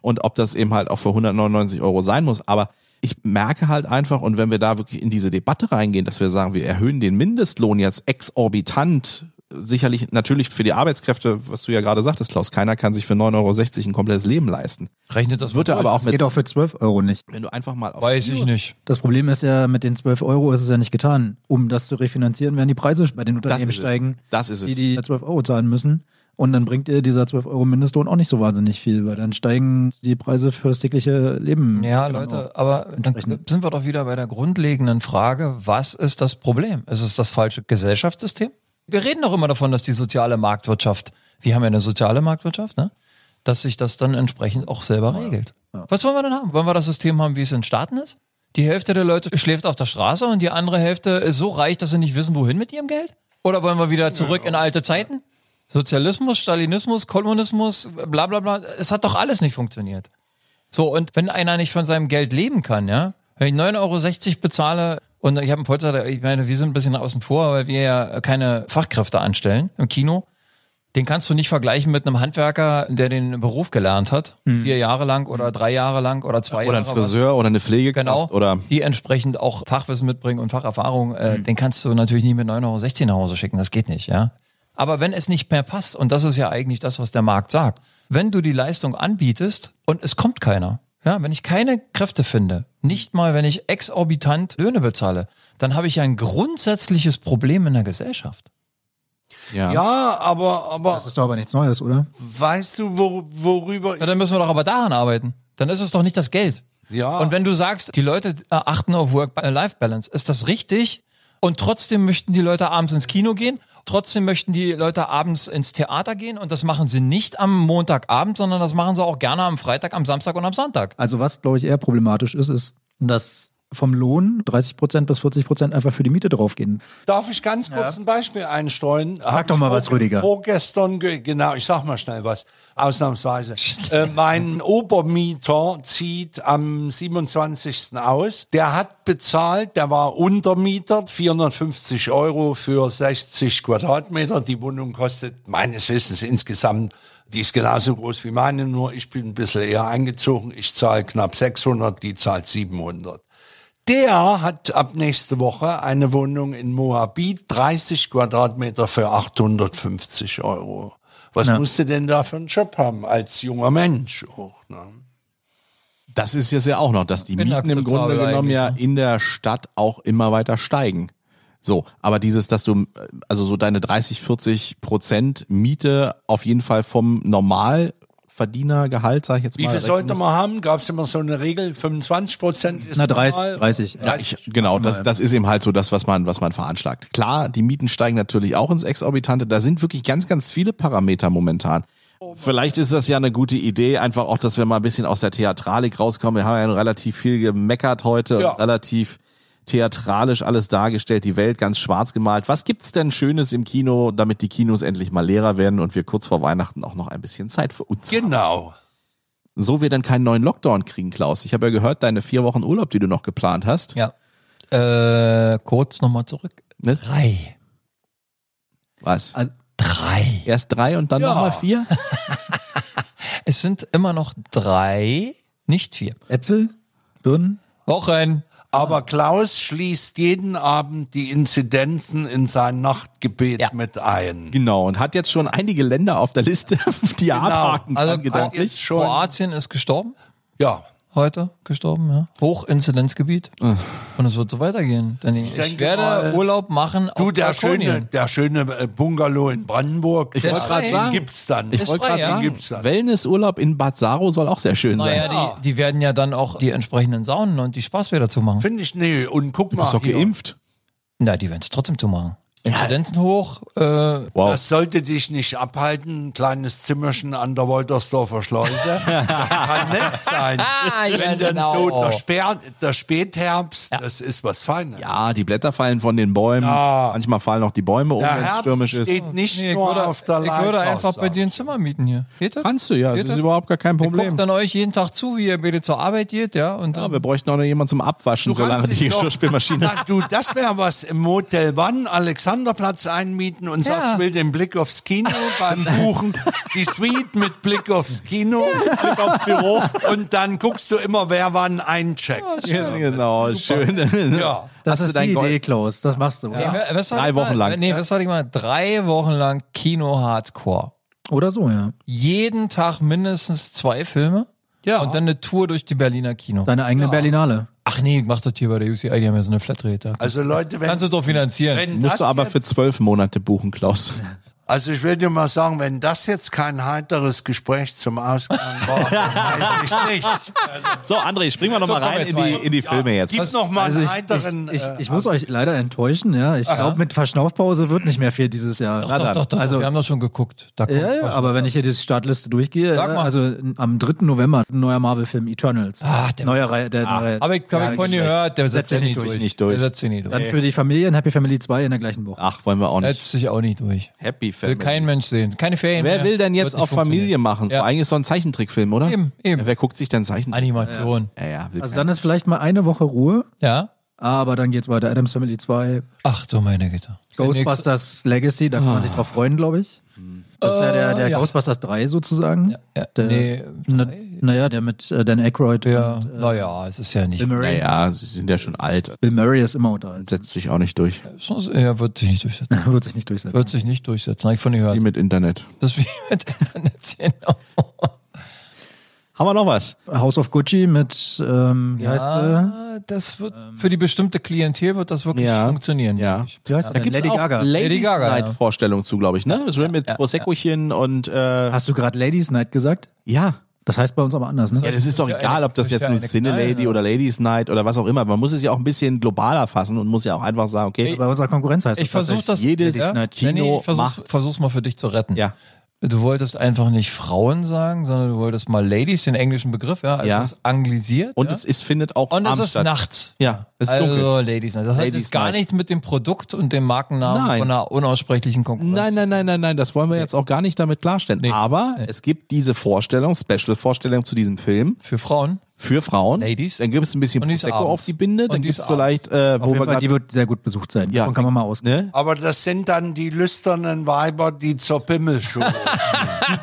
Speaker 3: Und ob das eben halt auch für 199 Euro sein muss. Aber ich merke halt einfach, und wenn wir da wirklich in diese Debatte reingehen, dass wir sagen, wir erhöhen den Mindestlohn jetzt exorbitant, sicherlich natürlich für die Arbeitskräfte, was du ja gerade sagtest, Klaus, keiner kann sich für 9,60 Euro ein komplettes Leben leisten.
Speaker 2: Rechnet das
Speaker 3: Wird
Speaker 2: mal
Speaker 3: er aber
Speaker 2: durch.
Speaker 3: auch
Speaker 5: Das
Speaker 3: mit,
Speaker 5: geht auch für 12 Euro nicht.
Speaker 3: wenn du einfach mal auf
Speaker 2: Weiß ich nicht.
Speaker 5: Das Problem ist ja, mit den 12 Euro ist es ja nicht getan. Um das zu refinanzieren, werden die Preise bei den Unternehmen
Speaker 3: ist es.
Speaker 5: steigen,
Speaker 3: Das ist es.
Speaker 5: die die 12 Euro zahlen müssen. Und dann bringt ihr dieser 12 Euro Mindestlohn auch nicht so wahnsinnig viel, weil dann steigen die Preise fürs tägliche Leben.
Speaker 2: Ja,
Speaker 5: Genau.
Speaker 2: Leute, aber dann
Speaker 5: Entsprechend.
Speaker 2: sind wir doch wieder bei der grundlegenden Frage, was ist das Problem? Ist es das falsche Gesellschaftssystem? Wir reden doch immer davon, dass die soziale Marktwirtschaft, wir haben ja eine soziale Marktwirtschaft, ne? dass sich das dann entsprechend auch selber regelt. Was wollen wir denn haben? Wollen wir das System haben, wie es in Staaten ist? Die Hälfte der Leute schläft auf der Straße und die andere Hälfte ist so reich, dass sie nicht wissen, wohin mit ihrem Geld? Oder wollen wir wieder zurück in alte Zeiten? Sozialismus, Stalinismus, Kommunismus, bla bla bla. Es hat doch alles nicht funktioniert. So, und wenn einer nicht von seinem Geld leben kann, ja, wenn ich 9,60 Euro bezahle und ich habe einen Vollzeit, ich meine, wir sind ein bisschen außen vor, weil wir ja keine Fachkräfte anstellen im Kino. Den kannst du nicht vergleichen mit einem Handwerker, der den Beruf gelernt hat, vier Jahre lang oder drei Jahre lang oder zwei
Speaker 3: Mhm. oder ein
Speaker 2: Jahre. was-
Speaker 3: Friseur oder eine Pflegekraft
Speaker 2: genau,
Speaker 3: oder
Speaker 2: die entsprechend auch Fachwissen mitbringen und Facherfahrung, äh, den kannst du natürlich nicht mit 9,16 Euro nach Hause schicken, das geht nicht, ja. Aber wenn es nicht mehr passt, und das ist ja eigentlich das, was der Markt sagt, wenn du die Leistung anbietest und es kommt keiner, ja, wenn ich keine Kräfte finde, nicht mal wenn ich exorbitant Löhne bezahle, dann habe ich ja ein grundsätzliches Problem in der Gesellschaft.
Speaker 4: Ja, aber, aber
Speaker 5: Das ist doch aber nichts Neues, oder?
Speaker 4: weißt du, wo, worüber
Speaker 2: Ja,
Speaker 4: ich.
Speaker 2: dann müssen wir doch aber daran arbeiten. Dann ist es doch nicht das Geld.
Speaker 4: Ja.
Speaker 2: Und wenn du sagst, die Leute äh, achten auf Work-Life-Balance, ist das richtig? Und trotzdem möchten die Leute abends ins Kino gehen, trotzdem möchten die Leute abends ins Theater gehen und das machen sie nicht am Montagabend, sondern das machen sie auch gerne am Freitag, am Samstag und am Sonntag.
Speaker 5: Also was, glaube ich, eher problematisch ist, ist, dass vom Lohn 30 Prozent bis 40 Prozent einfach für die Miete draufgehen.
Speaker 4: Darf ich ganz kurz ein Beispiel einstreuen? Sag
Speaker 5: doch mal was, Rüdiger.
Speaker 4: Vorgestern, ge- genau, ich sag mal schnell was,
Speaker 5: <laughs>
Speaker 4: ausnahmsweise. äh, mein Obermieter zieht am 27. aus. Der hat bezahlt, der war Untermieter, 450 Euro für 60 Quadratmeter. Die Wohnung kostet meines Wissens insgesamt, die ist genauso groß wie meine, nur ich bin ein bisschen eher eingezogen. Ich zahle knapp 600, die zahlt 700. Der hat ab nächste Woche eine Wohnung in Moabit, 30 Quadratmeter für 850 Euro. Was musst du denn da für einen Job haben als junger Mensch auch? Ne?
Speaker 3: Das ist jetzt ja auch noch, dass die Mieten im
Speaker 2: Inakzeptabel
Speaker 3: Grunde genommen
Speaker 2: eigentlich,
Speaker 3: ja
Speaker 2: ne?
Speaker 3: in der Stadt auch immer weiter steigen. So, aber dieses, dass du äh, also so deine 30, 40 Prozent Miete auf jeden Fall vom Normalverdienergehalt, sag ich jetzt
Speaker 4: Wie
Speaker 3: mal.
Speaker 4: viel
Speaker 3: rechnen
Speaker 4: sollte
Speaker 3: musst.
Speaker 4: man haben? Gab es immer so eine Regel, 25 Prozent ist
Speaker 5: Na, 30,
Speaker 4: normal.
Speaker 5: 30.
Speaker 3: Ja, ich, genau, das, das ist eben halt so das, was man, was man veranschlagt. Klar, die Mieten steigen natürlich auch ins Exorbitante. Da sind wirklich ganz, ganz viele Parameter momentan. Vielleicht ist das ja eine gute Idee, einfach auch, dass wir mal ein bisschen aus der Theatralik rauskommen. Wir haben ja nun relativ viel gemeckert heute
Speaker 4: Ja.
Speaker 3: und relativ theatralisch alles dargestellt, die Welt ganz schwarz gemalt. Was gibt's denn Schönes im Kino, damit die Kinos endlich mal leerer werden und wir kurz vor Weihnachten auch noch ein bisschen Zeit für uns haben?
Speaker 4: Genau.
Speaker 3: So wir dann keinen neuen Lockdown kriegen, Klaus. Ich habe ja gehört, deine vier Wochen Urlaub, die du noch geplant hast.
Speaker 2: Ja. Äh, kurz nochmal zurück.
Speaker 3: Ne?
Speaker 2: Drei.
Speaker 3: Was?
Speaker 5: Also,
Speaker 2: Drei.
Speaker 3: Erst drei und dann
Speaker 4: Ja.
Speaker 3: nochmal vier?
Speaker 2: Es sind immer noch drei, nicht vier.
Speaker 5: Äpfel, Birnen,
Speaker 2: Wochen.
Speaker 4: Aber Klaus schließt jeden Abend die Inzidenzen in sein Nachtgebet
Speaker 2: Ja.
Speaker 4: mit ein.
Speaker 3: Genau, und hat jetzt schon einige Länder auf der Liste, <laughs> die er abhaken kann,
Speaker 2: Also,
Speaker 3: gedanklich.
Speaker 4: Jetzt schon.
Speaker 2: Kroatien ist gestorben,
Speaker 4: Ja.
Speaker 2: heute gestorben, ja. Hochinzidenzgebiet. Und es wird so weitergehen. Danny. Ich,
Speaker 4: Ah. denke
Speaker 2: werde
Speaker 4: mal,
Speaker 2: Urlaub machen
Speaker 4: Du,
Speaker 2: auf
Speaker 4: der
Speaker 2: Balkonien.
Speaker 4: schöne, der schöne äh, Bungalow in Brandenburg.
Speaker 3: Ich wollte
Speaker 2: ist
Speaker 3: gerade
Speaker 2: frei.
Speaker 3: sagen,
Speaker 4: Gibt's dann.
Speaker 3: ich
Speaker 2: Ist
Speaker 3: wollte
Speaker 2: frei,
Speaker 3: gerade
Speaker 2: ja.
Speaker 3: sagen,
Speaker 4: Gibt's dann.
Speaker 3: Wellnessurlaub in Bad Saro soll auch sehr schön sein.
Speaker 2: Naja, die, die werden ja dann auch die entsprechenden Saunen und die Spaßbäder zumachen.
Speaker 4: Finde ich, nee, und guck mal.
Speaker 3: Ist doch
Speaker 4: hier.
Speaker 3: geimpft.
Speaker 2: Na, die werden es trotzdem zumachen. Inzidenzen hoch, äh,
Speaker 3: Wow.
Speaker 4: Das sollte dich nicht abhalten, ein kleines Zimmerchen an der
Speaker 2: <laughs>
Speaker 4: Woltersdorfer Schleuse. Das kann nett sein.
Speaker 2: Ah, ja,
Speaker 4: Wenn dann
Speaker 2: genau.
Speaker 4: so der, Sper der Spätherbst, das ist was Feines.
Speaker 3: Ja, die Blätter fallen von den Bäumen.
Speaker 4: Ja.
Speaker 3: Manchmal fallen auch die Bäume um,
Speaker 4: Der
Speaker 3: wenn es
Speaker 4: Herbst
Speaker 3: stürmisch ist.
Speaker 4: steht nicht
Speaker 2: Nee, ich
Speaker 4: nur
Speaker 2: würde,
Speaker 4: auf der
Speaker 2: ich würde
Speaker 4: Leiter,
Speaker 2: einfach bei
Speaker 4: sag
Speaker 2: dir ein Zimmer mieten hier. Geht das?
Speaker 3: Kannst du, ja.
Speaker 2: Geht
Speaker 3: Das ist überhaupt gar kein
Speaker 2: Ihr
Speaker 3: Problem.
Speaker 2: guckt dann euch jeden Tag zu, wie ihr bitte zur Arbeit geht, ja? Und
Speaker 3: Ja,
Speaker 2: dann,
Speaker 3: wir bräuchten auch noch jemanden zum Abwaschen,
Speaker 4: Du kannst
Speaker 3: solange die
Speaker 4: dich doch- <laughs>
Speaker 3: Geschirrspülmaschine.
Speaker 4: Na, du, das wäre was im Motel One, Alexanderplatz einmieten und sagst,
Speaker 2: Ja.
Speaker 4: ich will den Blick aufs Kino beim Buchen, die Suite mit Blick aufs Kino, mit Blick aufs Büro und dann guckst du immer, wer wann eincheckt.
Speaker 3: Ja, <laughs> genau, schön.
Speaker 4: Ja.
Speaker 5: Das
Speaker 3: Hast du
Speaker 5: ist
Speaker 3: dein
Speaker 5: die
Speaker 3: Gold-
Speaker 5: Idee, Klaus. Das machst du.
Speaker 2: Nee, wer- was sag
Speaker 3: Drei
Speaker 2: ich
Speaker 3: Wochen
Speaker 2: mal?
Speaker 3: lang.
Speaker 2: Nee, was sag ich mal? Drei Wochen lang Kino-Hardcore.
Speaker 5: Oder so, ja.
Speaker 2: Jeden Tag mindestens zwei Filme
Speaker 4: Ja.
Speaker 2: und dann eine Tour durch die Berliner Kino.
Speaker 5: Deine eigene Berlinale.
Speaker 2: Ach nee, ich mach das hier bei der UCI, die haben ja so eine Flatrate.
Speaker 4: Also Leute, wenn,
Speaker 2: Kannst du es doch finanzieren.
Speaker 4: wenn
Speaker 3: Musst
Speaker 4: das
Speaker 3: du aber
Speaker 4: jetzt,
Speaker 3: für zwölf Monate buchen, Klaus.
Speaker 4: also ich will dir mal sagen, wenn das jetzt kein heiteres Gespräch zum Ausgang war, dann weiß ich nicht.
Speaker 3: So, André, springen wir nochmal
Speaker 2: komm
Speaker 3: rein
Speaker 2: jetzt
Speaker 3: in die,
Speaker 2: mal.
Speaker 3: in die Filme jetzt.
Speaker 4: Gib noch mal
Speaker 5: Also
Speaker 4: einen
Speaker 5: ich,
Speaker 4: heiteren.
Speaker 5: ich, ich,
Speaker 4: äh,
Speaker 5: ich muss euch leider enttäuschen, ja. Ich glaube, mit Verschnaufpause wird nicht mehr viel dieses Jahr.
Speaker 2: Doch, doch, doch, doch,
Speaker 5: also,
Speaker 2: wir haben doch schon geguckt. Da kommt
Speaker 5: ja, ja,
Speaker 2: was.
Speaker 5: aber wenn ich hier die Startliste durchgehe,
Speaker 2: Sag
Speaker 5: äh,
Speaker 2: mal.
Speaker 5: also n- am 3. November ein neuer Marvel-Film Eternals.
Speaker 2: Ah, der-
Speaker 5: neuer Reihe, der neue,
Speaker 2: aber ich habe
Speaker 5: Ja,
Speaker 2: ja, vorhin
Speaker 5: nicht
Speaker 2: gehört, der setzt
Speaker 5: Setzt er
Speaker 2: sich nicht
Speaker 5: nicht
Speaker 2: durch.
Speaker 5: durch,
Speaker 3: nicht durch.
Speaker 2: Der setzt sich nicht
Speaker 5: Dann
Speaker 2: durch.
Speaker 5: für die Familien Happy Family 2 in der gleichen
Speaker 2: Ah,
Speaker 5: Woche.
Speaker 3: Ach, wollen wir auch nicht.
Speaker 2: Setzt sich auch nicht durch.
Speaker 3: Happy
Speaker 2: Will kein Mensch sehen. Keine Ferien
Speaker 3: Wer
Speaker 2: mehr.
Speaker 3: will denn
Speaker 2: Wird
Speaker 3: jetzt
Speaker 2: nicht
Speaker 3: auf Familie
Speaker 2: funktionieren.
Speaker 3: machen?
Speaker 2: Ja.
Speaker 3: Vor allem ist so ein Zeichentrickfilm, oder?
Speaker 2: Eben, eben.
Speaker 3: Ja, wer guckt sich denn Zeichentrick?
Speaker 2: Animation.
Speaker 3: Ja, ja, will
Speaker 5: Also
Speaker 3: keiner.
Speaker 5: dann ist vielleicht mal eine Woche Ruhe,
Speaker 2: Ja.
Speaker 5: aber dann geht's weiter. Adams Family 2,
Speaker 2: Ach du meine Güte.
Speaker 5: Ghostbusters Legacy, da kann man sich drauf freuen, glaube ich. Das ist ja der, der
Speaker 2: Ah. Äh, ja.
Speaker 5: Ghostbusters 3 sozusagen.
Speaker 2: Ja,
Speaker 5: Der,
Speaker 2: nee,
Speaker 5: ne, naja, der mit äh, Dan Aykroyd
Speaker 2: ja,
Speaker 5: und äh,
Speaker 2: naja, es ist ja nicht.
Speaker 5: Bill Murray.
Speaker 3: Naja, sie sind ja schon alt.
Speaker 5: Bill Murray ist immer unter uns.
Speaker 3: Setzt sich auch nicht durch.
Speaker 2: Es muss- Er wird sich nicht durchsetzen.
Speaker 5: Wird sich nicht durchsetzen.
Speaker 2: Wird sich nicht durchsetzen, habe ich von
Speaker 3: Wie
Speaker 2: gehört.
Speaker 3: mit Internet.
Speaker 2: Das <laughs> ist wie mit Internet. genau.
Speaker 3: Haben wir noch was?
Speaker 5: House of Gucci mit, ähm, wie heißt sie?
Speaker 2: Ah, das wird für die bestimmte Klientel wird das wirklich
Speaker 3: Ähm, Ja.
Speaker 2: funktionieren.
Speaker 3: Ja.
Speaker 2: denke ich.
Speaker 5: Wie heißt sie
Speaker 3: Da
Speaker 5: denn?
Speaker 3: gibt's
Speaker 5: Lady
Speaker 3: auch
Speaker 5: Gaga.
Speaker 3: Ladies
Speaker 2: Lady Gaga,
Speaker 3: Night
Speaker 2: ja.
Speaker 3: Vorstellung zu, glaube ich, ne? Das Schön mit Proseccochen und äh,
Speaker 5: Hast du gerade Ladies Night gesagt?
Speaker 3: ja.
Speaker 5: Das heißt bei uns aber anders, ne?
Speaker 3: Ja, das ist doch
Speaker 2: Ja, eine-
Speaker 3: egal, ob
Speaker 2: soll
Speaker 3: das
Speaker 2: ich
Speaker 3: jetzt
Speaker 2: ja
Speaker 3: nun
Speaker 2: eine
Speaker 3: Cine
Speaker 2: knallen,
Speaker 3: Lady oder Ladies Night oder was auch immer. Man muss es ja auch ein bisschen globaler fassen und muss ja auch einfach sagen, okay,
Speaker 5: bei unserer Konkurrenz heißt
Speaker 2: Ich versuche das
Speaker 3: jedes
Speaker 2: ja?
Speaker 3: Kino
Speaker 2: Danny, ich versuch's,
Speaker 3: macht-
Speaker 2: versuch's mal für dich zu retten.
Speaker 3: Ja.
Speaker 2: Du wolltest einfach nicht Frauen sagen, sondern du wolltest mal Ladies, den englischen Begriff, ja, also
Speaker 3: Ja.
Speaker 2: es ist anglisiert.
Speaker 3: und
Speaker 2: ja?
Speaker 3: es ist, findet auch
Speaker 2: und es
Speaker 3: abends
Speaker 2: ist
Speaker 3: statt.
Speaker 2: nachts.
Speaker 3: Ja, es ist
Speaker 2: also
Speaker 3: dunkel.
Speaker 2: Ladies Night. Das hat
Speaker 3: Ladies
Speaker 2: jetzt gar
Speaker 3: Night.
Speaker 2: nichts mit dem Produkt und dem Markennamen
Speaker 3: Nein.
Speaker 2: von einer unaussprechlichen Konkurrenz.
Speaker 3: Nein, nein, nein, nein, nein, das wollen wir jetzt auch gar nicht damit klarstellen. Aber es gibt diese Vorstellung, Special-Vorstellung zu diesem Film
Speaker 2: Für Frauen.
Speaker 3: für Frauen.
Speaker 2: Ladies.
Speaker 3: Dann gibt es ein bisschen
Speaker 2: Und die ist
Speaker 3: Prosecco
Speaker 2: abends.
Speaker 3: auf die Binde, dann
Speaker 2: Und die
Speaker 3: gibt
Speaker 2: ist
Speaker 3: es vielleicht, äh,
Speaker 5: Auf
Speaker 3: wo wir
Speaker 5: jeden Fall, die
Speaker 3: gerade,
Speaker 5: wird sehr gut besucht sein.
Speaker 3: Ja.
Speaker 5: Davon kann man mal
Speaker 3: <laughs>
Speaker 5: ausgehen.
Speaker 3: ne?
Speaker 4: Aber das sind dann die lüsternen Weiber, die zur Pimmelschule.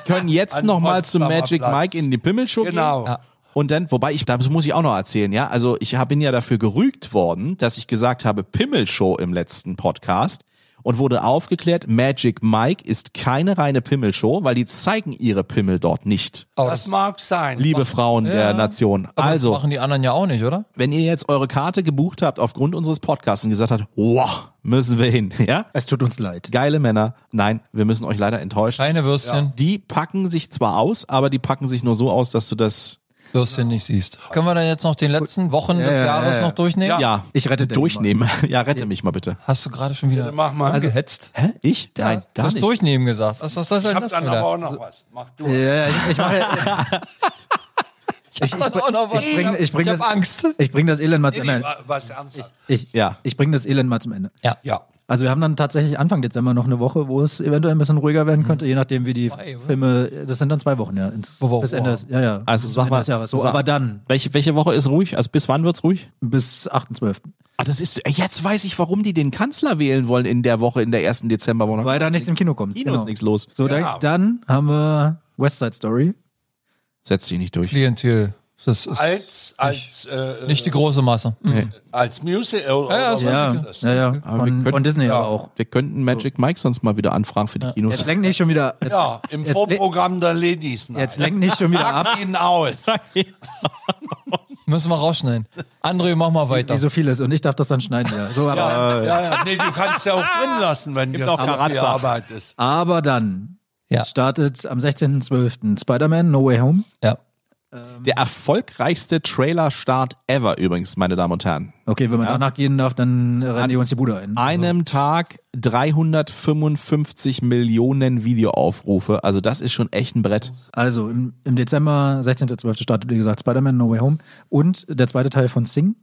Speaker 3: können jetzt
Speaker 4: An
Speaker 3: nochmal zu
Speaker 4: Potsdamer
Speaker 3: Magic
Speaker 4: Platz.
Speaker 3: Mike in die Pimmelshow
Speaker 4: Genau.
Speaker 3: gehen. Und dann, wobei ich, das muss ich auch noch erzählen, ja. Also ich hab- bin ja dafür gerügt worden, dass ich gesagt habe Pimmelshow im letzten Podcast und wurde aufgeklärt, Magic Mike ist keine reine Pimmelshow, weil die zeigen ihre Pimmel dort nicht.
Speaker 2: Aber
Speaker 4: Das mag sein.
Speaker 3: Liebe Frauen der Nation.
Speaker 2: aber
Speaker 3: also,
Speaker 2: das machen die anderen ja auch nicht, oder?
Speaker 3: wenn ihr jetzt eure Karte gebucht habt aufgrund unseres Podcasts und gesagt habt, wow, müssen wir hin, <laughs> ja?
Speaker 5: Es tut uns leid.
Speaker 3: Geile Männer. Nein, wir müssen euch leider enttäuschen.
Speaker 2: Keine Würstchen.
Speaker 3: Die packen sich zwar aus, aber die packen sich nur so aus, dass du das
Speaker 2: Würstchen nicht siehst. Können wir dann jetzt noch den letzten Wochen des
Speaker 5: ja,
Speaker 2: Jahres
Speaker 5: ja, ja.
Speaker 2: noch durchnehmen?
Speaker 3: ja,
Speaker 5: Ich rette den
Speaker 3: durchnehmen. <laughs> Ja, rette mich mal bitte.
Speaker 2: Hast du gerade schon wieder
Speaker 4: Mach mal.
Speaker 2: also, gehetzt?
Speaker 3: Hä? Ich? Nein,
Speaker 2: Du
Speaker 3: gar
Speaker 2: hast
Speaker 3: nicht.
Speaker 2: durchnehmen gesagt. Was, was, was, was
Speaker 4: Ich hab dann aber auch noch was. Mach du.
Speaker 5: Ja, ja, ich, ich mache. <laughs>
Speaker 2: Ich, hab dann auch noch was.
Speaker 5: ich bring- ich bring
Speaker 2: ich hab
Speaker 5: das-
Speaker 2: Angst.
Speaker 5: Ich bringe das Elend mal zum
Speaker 4: Nee,
Speaker 5: Ende.
Speaker 4: wa- was ernsthaft.
Speaker 5: Ich,
Speaker 3: Ja.
Speaker 5: ich bringe das Elend mal zum Ende.
Speaker 2: Ja.
Speaker 4: Ja.
Speaker 5: Also wir haben dann tatsächlich Anfang Dezember noch eine Woche, wo es eventuell ein bisschen ruhiger werden könnte, je nachdem wie die
Speaker 2: oder?
Speaker 5: Filme. Das sind dann zwei Wochen, ja. Ins,
Speaker 2: Wo- wo-
Speaker 5: bis
Speaker 2: wo-
Speaker 5: Ende des, ja, ja.
Speaker 3: Also
Speaker 5: bis
Speaker 3: sag
Speaker 5: Ende
Speaker 3: mal,
Speaker 5: des Jahres. So,
Speaker 3: sag-
Speaker 5: aber dann
Speaker 3: Welche, welche Woche ist ruhig? Also bis wann wird's ruhig?
Speaker 5: bis 8.12.
Speaker 3: Ah, das ist. Jetzt weiß ich, warum die den Kanzler wählen wollen in der Woche, in der ersten Dezemberwoche.
Speaker 5: Weil da nichts im Kino kommt. Genau.
Speaker 3: Kino ist nichts los.
Speaker 5: So, dann, dann haben wir West Side Story.
Speaker 3: Setz dich nicht durch.
Speaker 2: Klientel. Das ist
Speaker 4: als als äh,
Speaker 2: nicht die große Masse. Mhm.
Speaker 4: als Musical oder
Speaker 2: ja,
Speaker 4: was
Speaker 2: ja.
Speaker 4: ist
Speaker 5: Ja, also
Speaker 4: das?
Speaker 5: ja, ja.
Speaker 3: Aber wir
Speaker 5: Von,
Speaker 3: könnten-
Speaker 5: von Disney
Speaker 4: ja.
Speaker 5: aber auch.
Speaker 3: Wir könnten Magic Mike sonst mal wieder anfragen für die Kinos.
Speaker 5: Jetzt lenk nicht schon wieder. Jetzt,
Speaker 4: Ja, im
Speaker 5: Jetzt-
Speaker 4: Vorprogramm der Ladies Night.
Speaker 5: jetzt lenk nicht schon wieder ab.
Speaker 4: Ab ihn aus.
Speaker 2: Müssen wir rausschneiden. André, mach mal weiter.
Speaker 5: Wie so vieles. Und ich darf das dann schneiden, ja. So, aber,
Speaker 4: Ja, ja, nee, du kannst ja auch drin lassen, wenn du
Speaker 3: auch
Speaker 4: so viel
Speaker 3: Karatza.
Speaker 4: arbeitest.
Speaker 5: aber dann.
Speaker 2: Ja.
Speaker 5: Es startet am 16.12. Spider-Man No Way Home.
Speaker 2: Ja.
Speaker 3: Der erfolgreichste Trailer-Start ever übrigens, meine Damen und Herren.
Speaker 5: Okay, wenn man danach gehen darf, dann rennen die uns die Bude ein.
Speaker 3: Einem Tag 355 Millionen Videoaufrufe. Also das ist schon echt ein Brett.
Speaker 5: Also im, im Dezember, 16.12. startet, wie gesagt, Spider-Man No Way Home und der zweite Teil von Sing.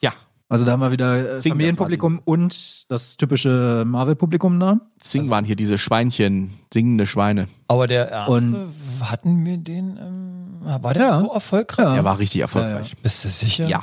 Speaker 3: Ja.
Speaker 5: Also da haben wir wieder äh,
Speaker 3: Sing,
Speaker 5: Familienpublikum und das typische Marvel-Publikum da.
Speaker 3: Sing waren hier diese Schweinchen, singende Schweine.
Speaker 2: Aber der erste,
Speaker 5: Und-
Speaker 2: hatten wir den, ähm, war der
Speaker 5: Ja.
Speaker 2: so erfolgreich?
Speaker 3: Der war richtig erfolgreich.
Speaker 2: Bist du sicher?
Speaker 3: Ja.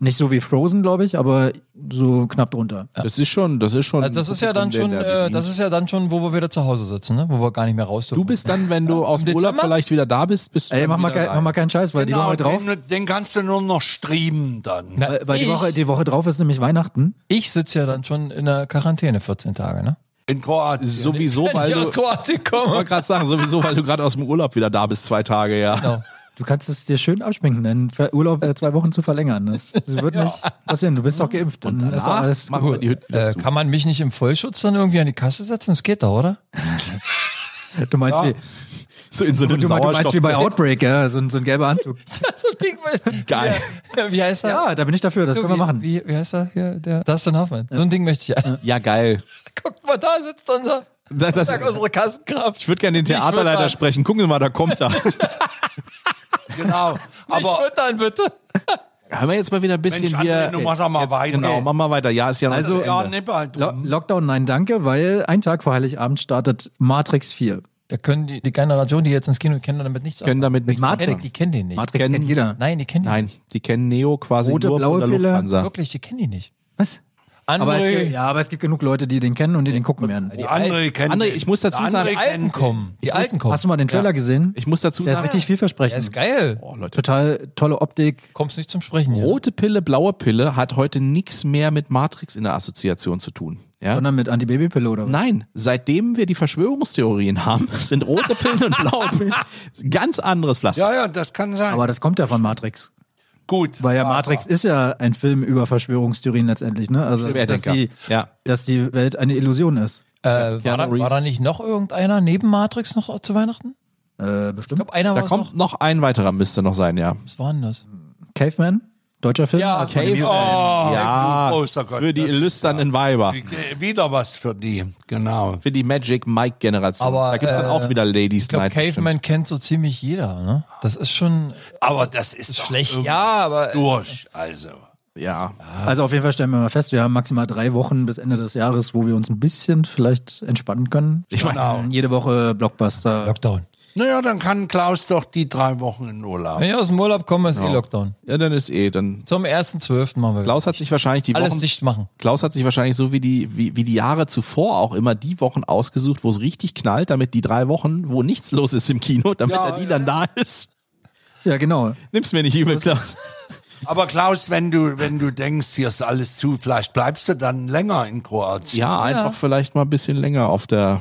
Speaker 5: Nicht so wie Frozen, glaube ich, aber so knapp drunter.
Speaker 3: Das ist schon, das ist schon.
Speaker 2: Also das ist ja dann schon,
Speaker 3: Publikum, der- der
Speaker 2: äh, das ist ja dann schon, wo wir wieder zu Hause sitzen, ne? wo wir gar nicht mehr raus dürfen.
Speaker 3: Du bist dann, wenn du aus dem
Speaker 2: Dezember?
Speaker 3: Urlaub vielleicht wieder da bist, bist du.
Speaker 5: Ey,
Speaker 3: dann
Speaker 5: mach mal,
Speaker 3: wieder
Speaker 5: kein,
Speaker 3: rein.
Speaker 5: mach mal keinen Scheiß, weil die
Speaker 4: Genau,
Speaker 5: Woche drauf,
Speaker 4: den, den kannst du nur noch streamen dann.
Speaker 2: Na,
Speaker 5: weil die
Speaker 2: ich-
Speaker 5: Woche, die Woche drauf ist nämlich Weihnachten.
Speaker 2: ich sitze ja dann schon in der Quarantäne 14 Tage, ne?
Speaker 5: Oh,
Speaker 4: In
Speaker 3: <laughs>
Speaker 4: Kroatien.
Speaker 3: Sowieso,
Speaker 2: Wenn
Speaker 3: weil
Speaker 2: ich
Speaker 5: also-
Speaker 3: du.
Speaker 2: aus
Speaker 3: Ich
Speaker 2: Kroatien komme.
Speaker 3: wollte gerade sagen, sowieso, weil du gerade aus dem Urlaub wieder da bist, zwei Tage, ja.
Speaker 2: Genau.
Speaker 5: Du kannst es dir schön abschminken, deinen Ver- Urlaub äh, zwei Wochen zu verlängern. Das, das wird nicht passieren. Du bist doch geimpft. Und danach,
Speaker 3: Ah,
Speaker 5: alles
Speaker 3: machen wir die Hütte wieder
Speaker 2: Äh,
Speaker 3: zu.
Speaker 2: kann man mich nicht im Vollschutz dann irgendwie an die Kasse setzen? Das geht doch, oder?
Speaker 5: du meinst, wie,
Speaker 3: So in so
Speaker 5: du,
Speaker 3: einem
Speaker 5: du meinst wie bei
Speaker 3: Sauerstoffzelt.
Speaker 5: Outbreak, ja? so, ein- so ein gelber Anzug.
Speaker 2: <laughs> Das ist ein Ding, weißt
Speaker 3: Geil.
Speaker 2: Wie, wie heißt er?
Speaker 5: <laughs> Ja, da bin ich dafür, das
Speaker 2: So,
Speaker 5: können wir
Speaker 2: wie,
Speaker 5: machen.
Speaker 2: Wie, wie heißt er hier? Der Dustin Hoffmann. So ein Ding möchte ich. <laughs>
Speaker 3: Ja, geil.
Speaker 2: Guckt mal, da sitzt unser,
Speaker 3: Das- das-
Speaker 2: unsere Kassenkraft.
Speaker 3: Ich würde gerne den
Speaker 2: würd
Speaker 3: Theaterleiter
Speaker 2: mal-
Speaker 3: sprechen. Gucken Sie mal, da kommt <laughs> er.
Speaker 4: Genau.
Speaker 2: ich
Speaker 4: Aber
Speaker 2: würde dann bitte.
Speaker 3: Hören wir jetzt mal wieder ein bisschen
Speaker 4: Mensch, André,
Speaker 3: hier.
Speaker 4: du mach doch mal weiter.
Speaker 3: Genau, mach mal weiter. Ja, ist ja noch
Speaker 4: also,
Speaker 3: nicht
Speaker 4: ja, um.
Speaker 3: Ende.
Speaker 4: nicht bald.
Speaker 5: Lo Lockdown, nein, danke, weil ein Tag vor Heiligabend startet Matrix 4.
Speaker 2: Da können die, die Generation, die jetzt ins Kino kennen, damit nichts
Speaker 3: können damit nichts
Speaker 2: Die kennen-
Speaker 3: anfangen.
Speaker 2: die kennen die nicht.
Speaker 5: Matrix
Speaker 3: Kennen-
Speaker 5: kennt jeder.
Speaker 2: Nein, die kennen
Speaker 3: Nein, die kennen Neo quasi
Speaker 5: Rote,
Speaker 3: nur von
Speaker 5: blaue
Speaker 3: der
Speaker 5: Pille.
Speaker 2: die
Speaker 3: Lufthansa.
Speaker 2: nicht. Wirklich, die kennen die nicht.
Speaker 5: Was?
Speaker 2: André,
Speaker 5: Aber es, gibt- ja, aber es gibt genug Leute, die den kennen und die den gucken werden.
Speaker 4: Der André kennt
Speaker 3: André,
Speaker 4: den.
Speaker 3: ich muss dazu
Speaker 4: Der André
Speaker 3: sagen,
Speaker 2: die
Speaker 4: kennt
Speaker 2: Alten
Speaker 4: den.
Speaker 2: kommen. Die Alten kommen.
Speaker 5: Hast du mal den Trailer gesehen?
Speaker 3: Ich muss dazu
Speaker 5: Der ist
Speaker 3: sagen,
Speaker 2: Der
Speaker 5: richtig
Speaker 2: ist
Speaker 5: vielversprechend.
Speaker 2: geil.
Speaker 3: oh, Leute,
Speaker 5: Total tolle Optik.
Speaker 2: Kommst nicht zum Sprechen. hier.
Speaker 3: rote Pille, blaue Pille hat heute nichts mehr mit Matrix in der Assoziation zu tun. Ja?
Speaker 5: Sondern mit Antibabypille oder was?
Speaker 3: Nein, seitdem wir die Verschwörungstheorien haben, <laughs> sind rote Pillen und blaue Pillen
Speaker 5: <laughs>
Speaker 3: ganz anderes Pflaster.
Speaker 4: Ja, ja, das kann sein.
Speaker 5: Aber das kommt ja von Matrix.
Speaker 4: Gut.
Speaker 5: Weil ja Matrix ist ja ein Film über Verschwörungstheorien letztendlich, ne? Also, dass
Speaker 3: Querdenker.
Speaker 5: die,
Speaker 3: Ja.
Speaker 5: dass die Welt eine Illusion ist.
Speaker 2: Äh, war,
Speaker 3: Keanu
Speaker 2: da, war da
Speaker 3: Reeves.
Speaker 2: nicht noch irgendeiner neben Matrix noch zu Weihnachten?
Speaker 5: Äh, bestimmt.
Speaker 2: Ich glaube, einer
Speaker 3: Da
Speaker 2: war es noch.
Speaker 3: kommt noch ein weiterer, müsste noch sein, ja.
Speaker 2: Was war denn das?
Speaker 5: Caveman? Deutscher Film? Also
Speaker 2: Ja,
Speaker 5: von dem-
Speaker 2: Cave-
Speaker 4: Oh,
Speaker 3: Ja,
Speaker 4: du großer Gott,
Speaker 3: für die
Speaker 4: das-
Speaker 3: illüsternden Weiber.
Speaker 4: Äh, Wieder was für die, genau.
Speaker 3: Für die Magic Mike Generation.
Speaker 2: Aber,
Speaker 3: da gibt es
Speaker 2: äh,
Speaker 3: dann auch wieder Ladies
Speaker 2: Ich glaube,
Speaker 3: Night.
Speaker 2: Caveman kennt so ziemlich jeder. Ne? Das ist schon
Speaker 4: Aber das ist, doch
Speaker 2: schlecht.
Speaker 4: irgendwas
Speaker 2: Ja, aber-
Speaker 4: durch, also.
Speaker 3: bestimmt. Ja.
Speaker 5: Also auf jeden Fall stellen wir mal fest, wir haben maximal drei Wochen bis Ende des Jahres, wo wir uns ein bisschen vielleicht entspannen können. Ich
Speaker 4: meine-
Speaker 5: jede Woche Blockbuster.
Speaker 2: Lockdown.
Speaker 4: Naja, dann kann Klaus doch die drei Wochen in Urlaub.
Speaker 2: Wenn ich aus dem Urlaub komme, ist eh Lockdown.
Speaker 3: Ja, dann ist eh, dann.
Speaker 2: Zum 1.12. machen wir
Speaker 3: Klaus hat sich wahrscheinlich die
Speaker 2: alles
Speaker 3: Wochen,
Speaker 2: dicht machen.
Speaker 3: Klaus hat sich wahrscheinlich so wie die, wie, wie die Jahre zuvor auch immer die Wochen ausgesucht, wo es richtig knallt, damit die drei Wochen, wo nichts los ist im Kino, damit
Speaker 4: Ja,
Speaker 3: er die
Speaker 4: ja.
Speaker 3: dann da ist. <laughs>
Speaker 5: Ja, genau.
Speaker 3: Nimm's mir nicht übel, Klaus.
Speaker 4: Aber Klaus, wenn du, wenn du denkst, hier ist alles zu, vielleicht bleibst du dann länger in Kroatien.
Speaker 3: Ja, einfach vielleicht mal ein bisschen länger auf der,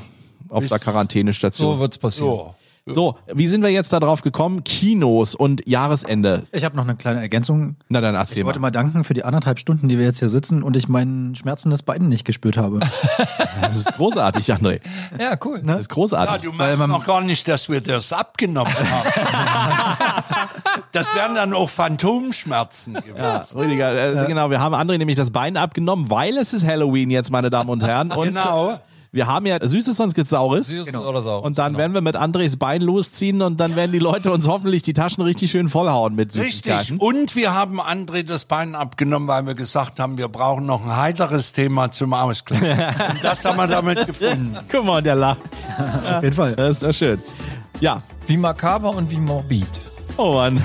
Speaker 3: auf
Speaker 4: Bis-
Speaker 3: der Quarantänestation.
Speaker 2: So wird's passieren.
Speaker 4: So.
Speaker 3: So, wie sind wir jetzt darauf gekommen? Kinos und Jahresende.
Speaker 5: Ich habe noch eine kleine Ergänzung.
Speaker 3: Na dann erzähl
Speaker 5: Ich wollte
Speaker 3: mal.
Speaker 5: mal danken für die anderthalb Stunden, die wir jetzt hier sitzen und ich meinen schmerzendes Bein nicht gespürt habe.
Speaker 3: Das ist großartig, André.
Speaker 2: Ja, cool.
Speaker 3: Das ist großartig.
Speaker 4: Ja, du merkst noch gar nicht, dass wir das abgenommen haben.
Speaker 3: <laughs>
Speaker 4: das wären dann auch Phantomschmerzen gewesen.
Speaker 3: Ja, Rüdiger, äh, genau, wir haben André nämlich das Bein abgenommen, weil es ist Halloween jetzt, meine Damen und Herren. Und
Speaker 4: Genau.
Speaker 3: wir haben ja Süßes, sonst gibt's Saures.
Speaker 2: Süßes oder Saures,
Speaker 3: Und dann werden wir mit Andres Bein losziehen und dann werden die Leute uns hoffentlich die Taschen richtig schön vollhauen mit Süßigkeiten.
Speaker 4: Richtig. Und wir haben André das Bein abgenommen, weil wir gesagt haben, wir brauchen noch ein heiteres Thema zum Ausklingen. Und das haben wir damit gefunden.
Speaker 3: Guck mal, der lacht.
Speaker 5: Auf jeden Fall.
Speaker 3: Das ist doch schön. Ja,
Speaker 2: Wie makaber und wie morbid.
Speaker 3: oh Mann.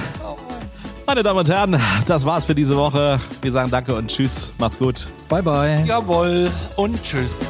Speaker 3: Meine Damen und Herren, das war's für diese Woche. Wir sagen Danke und Tschüss. Macht's gut.
Speaker 5: Bye, bye.
Speaker 4: Jawohl und tschüss.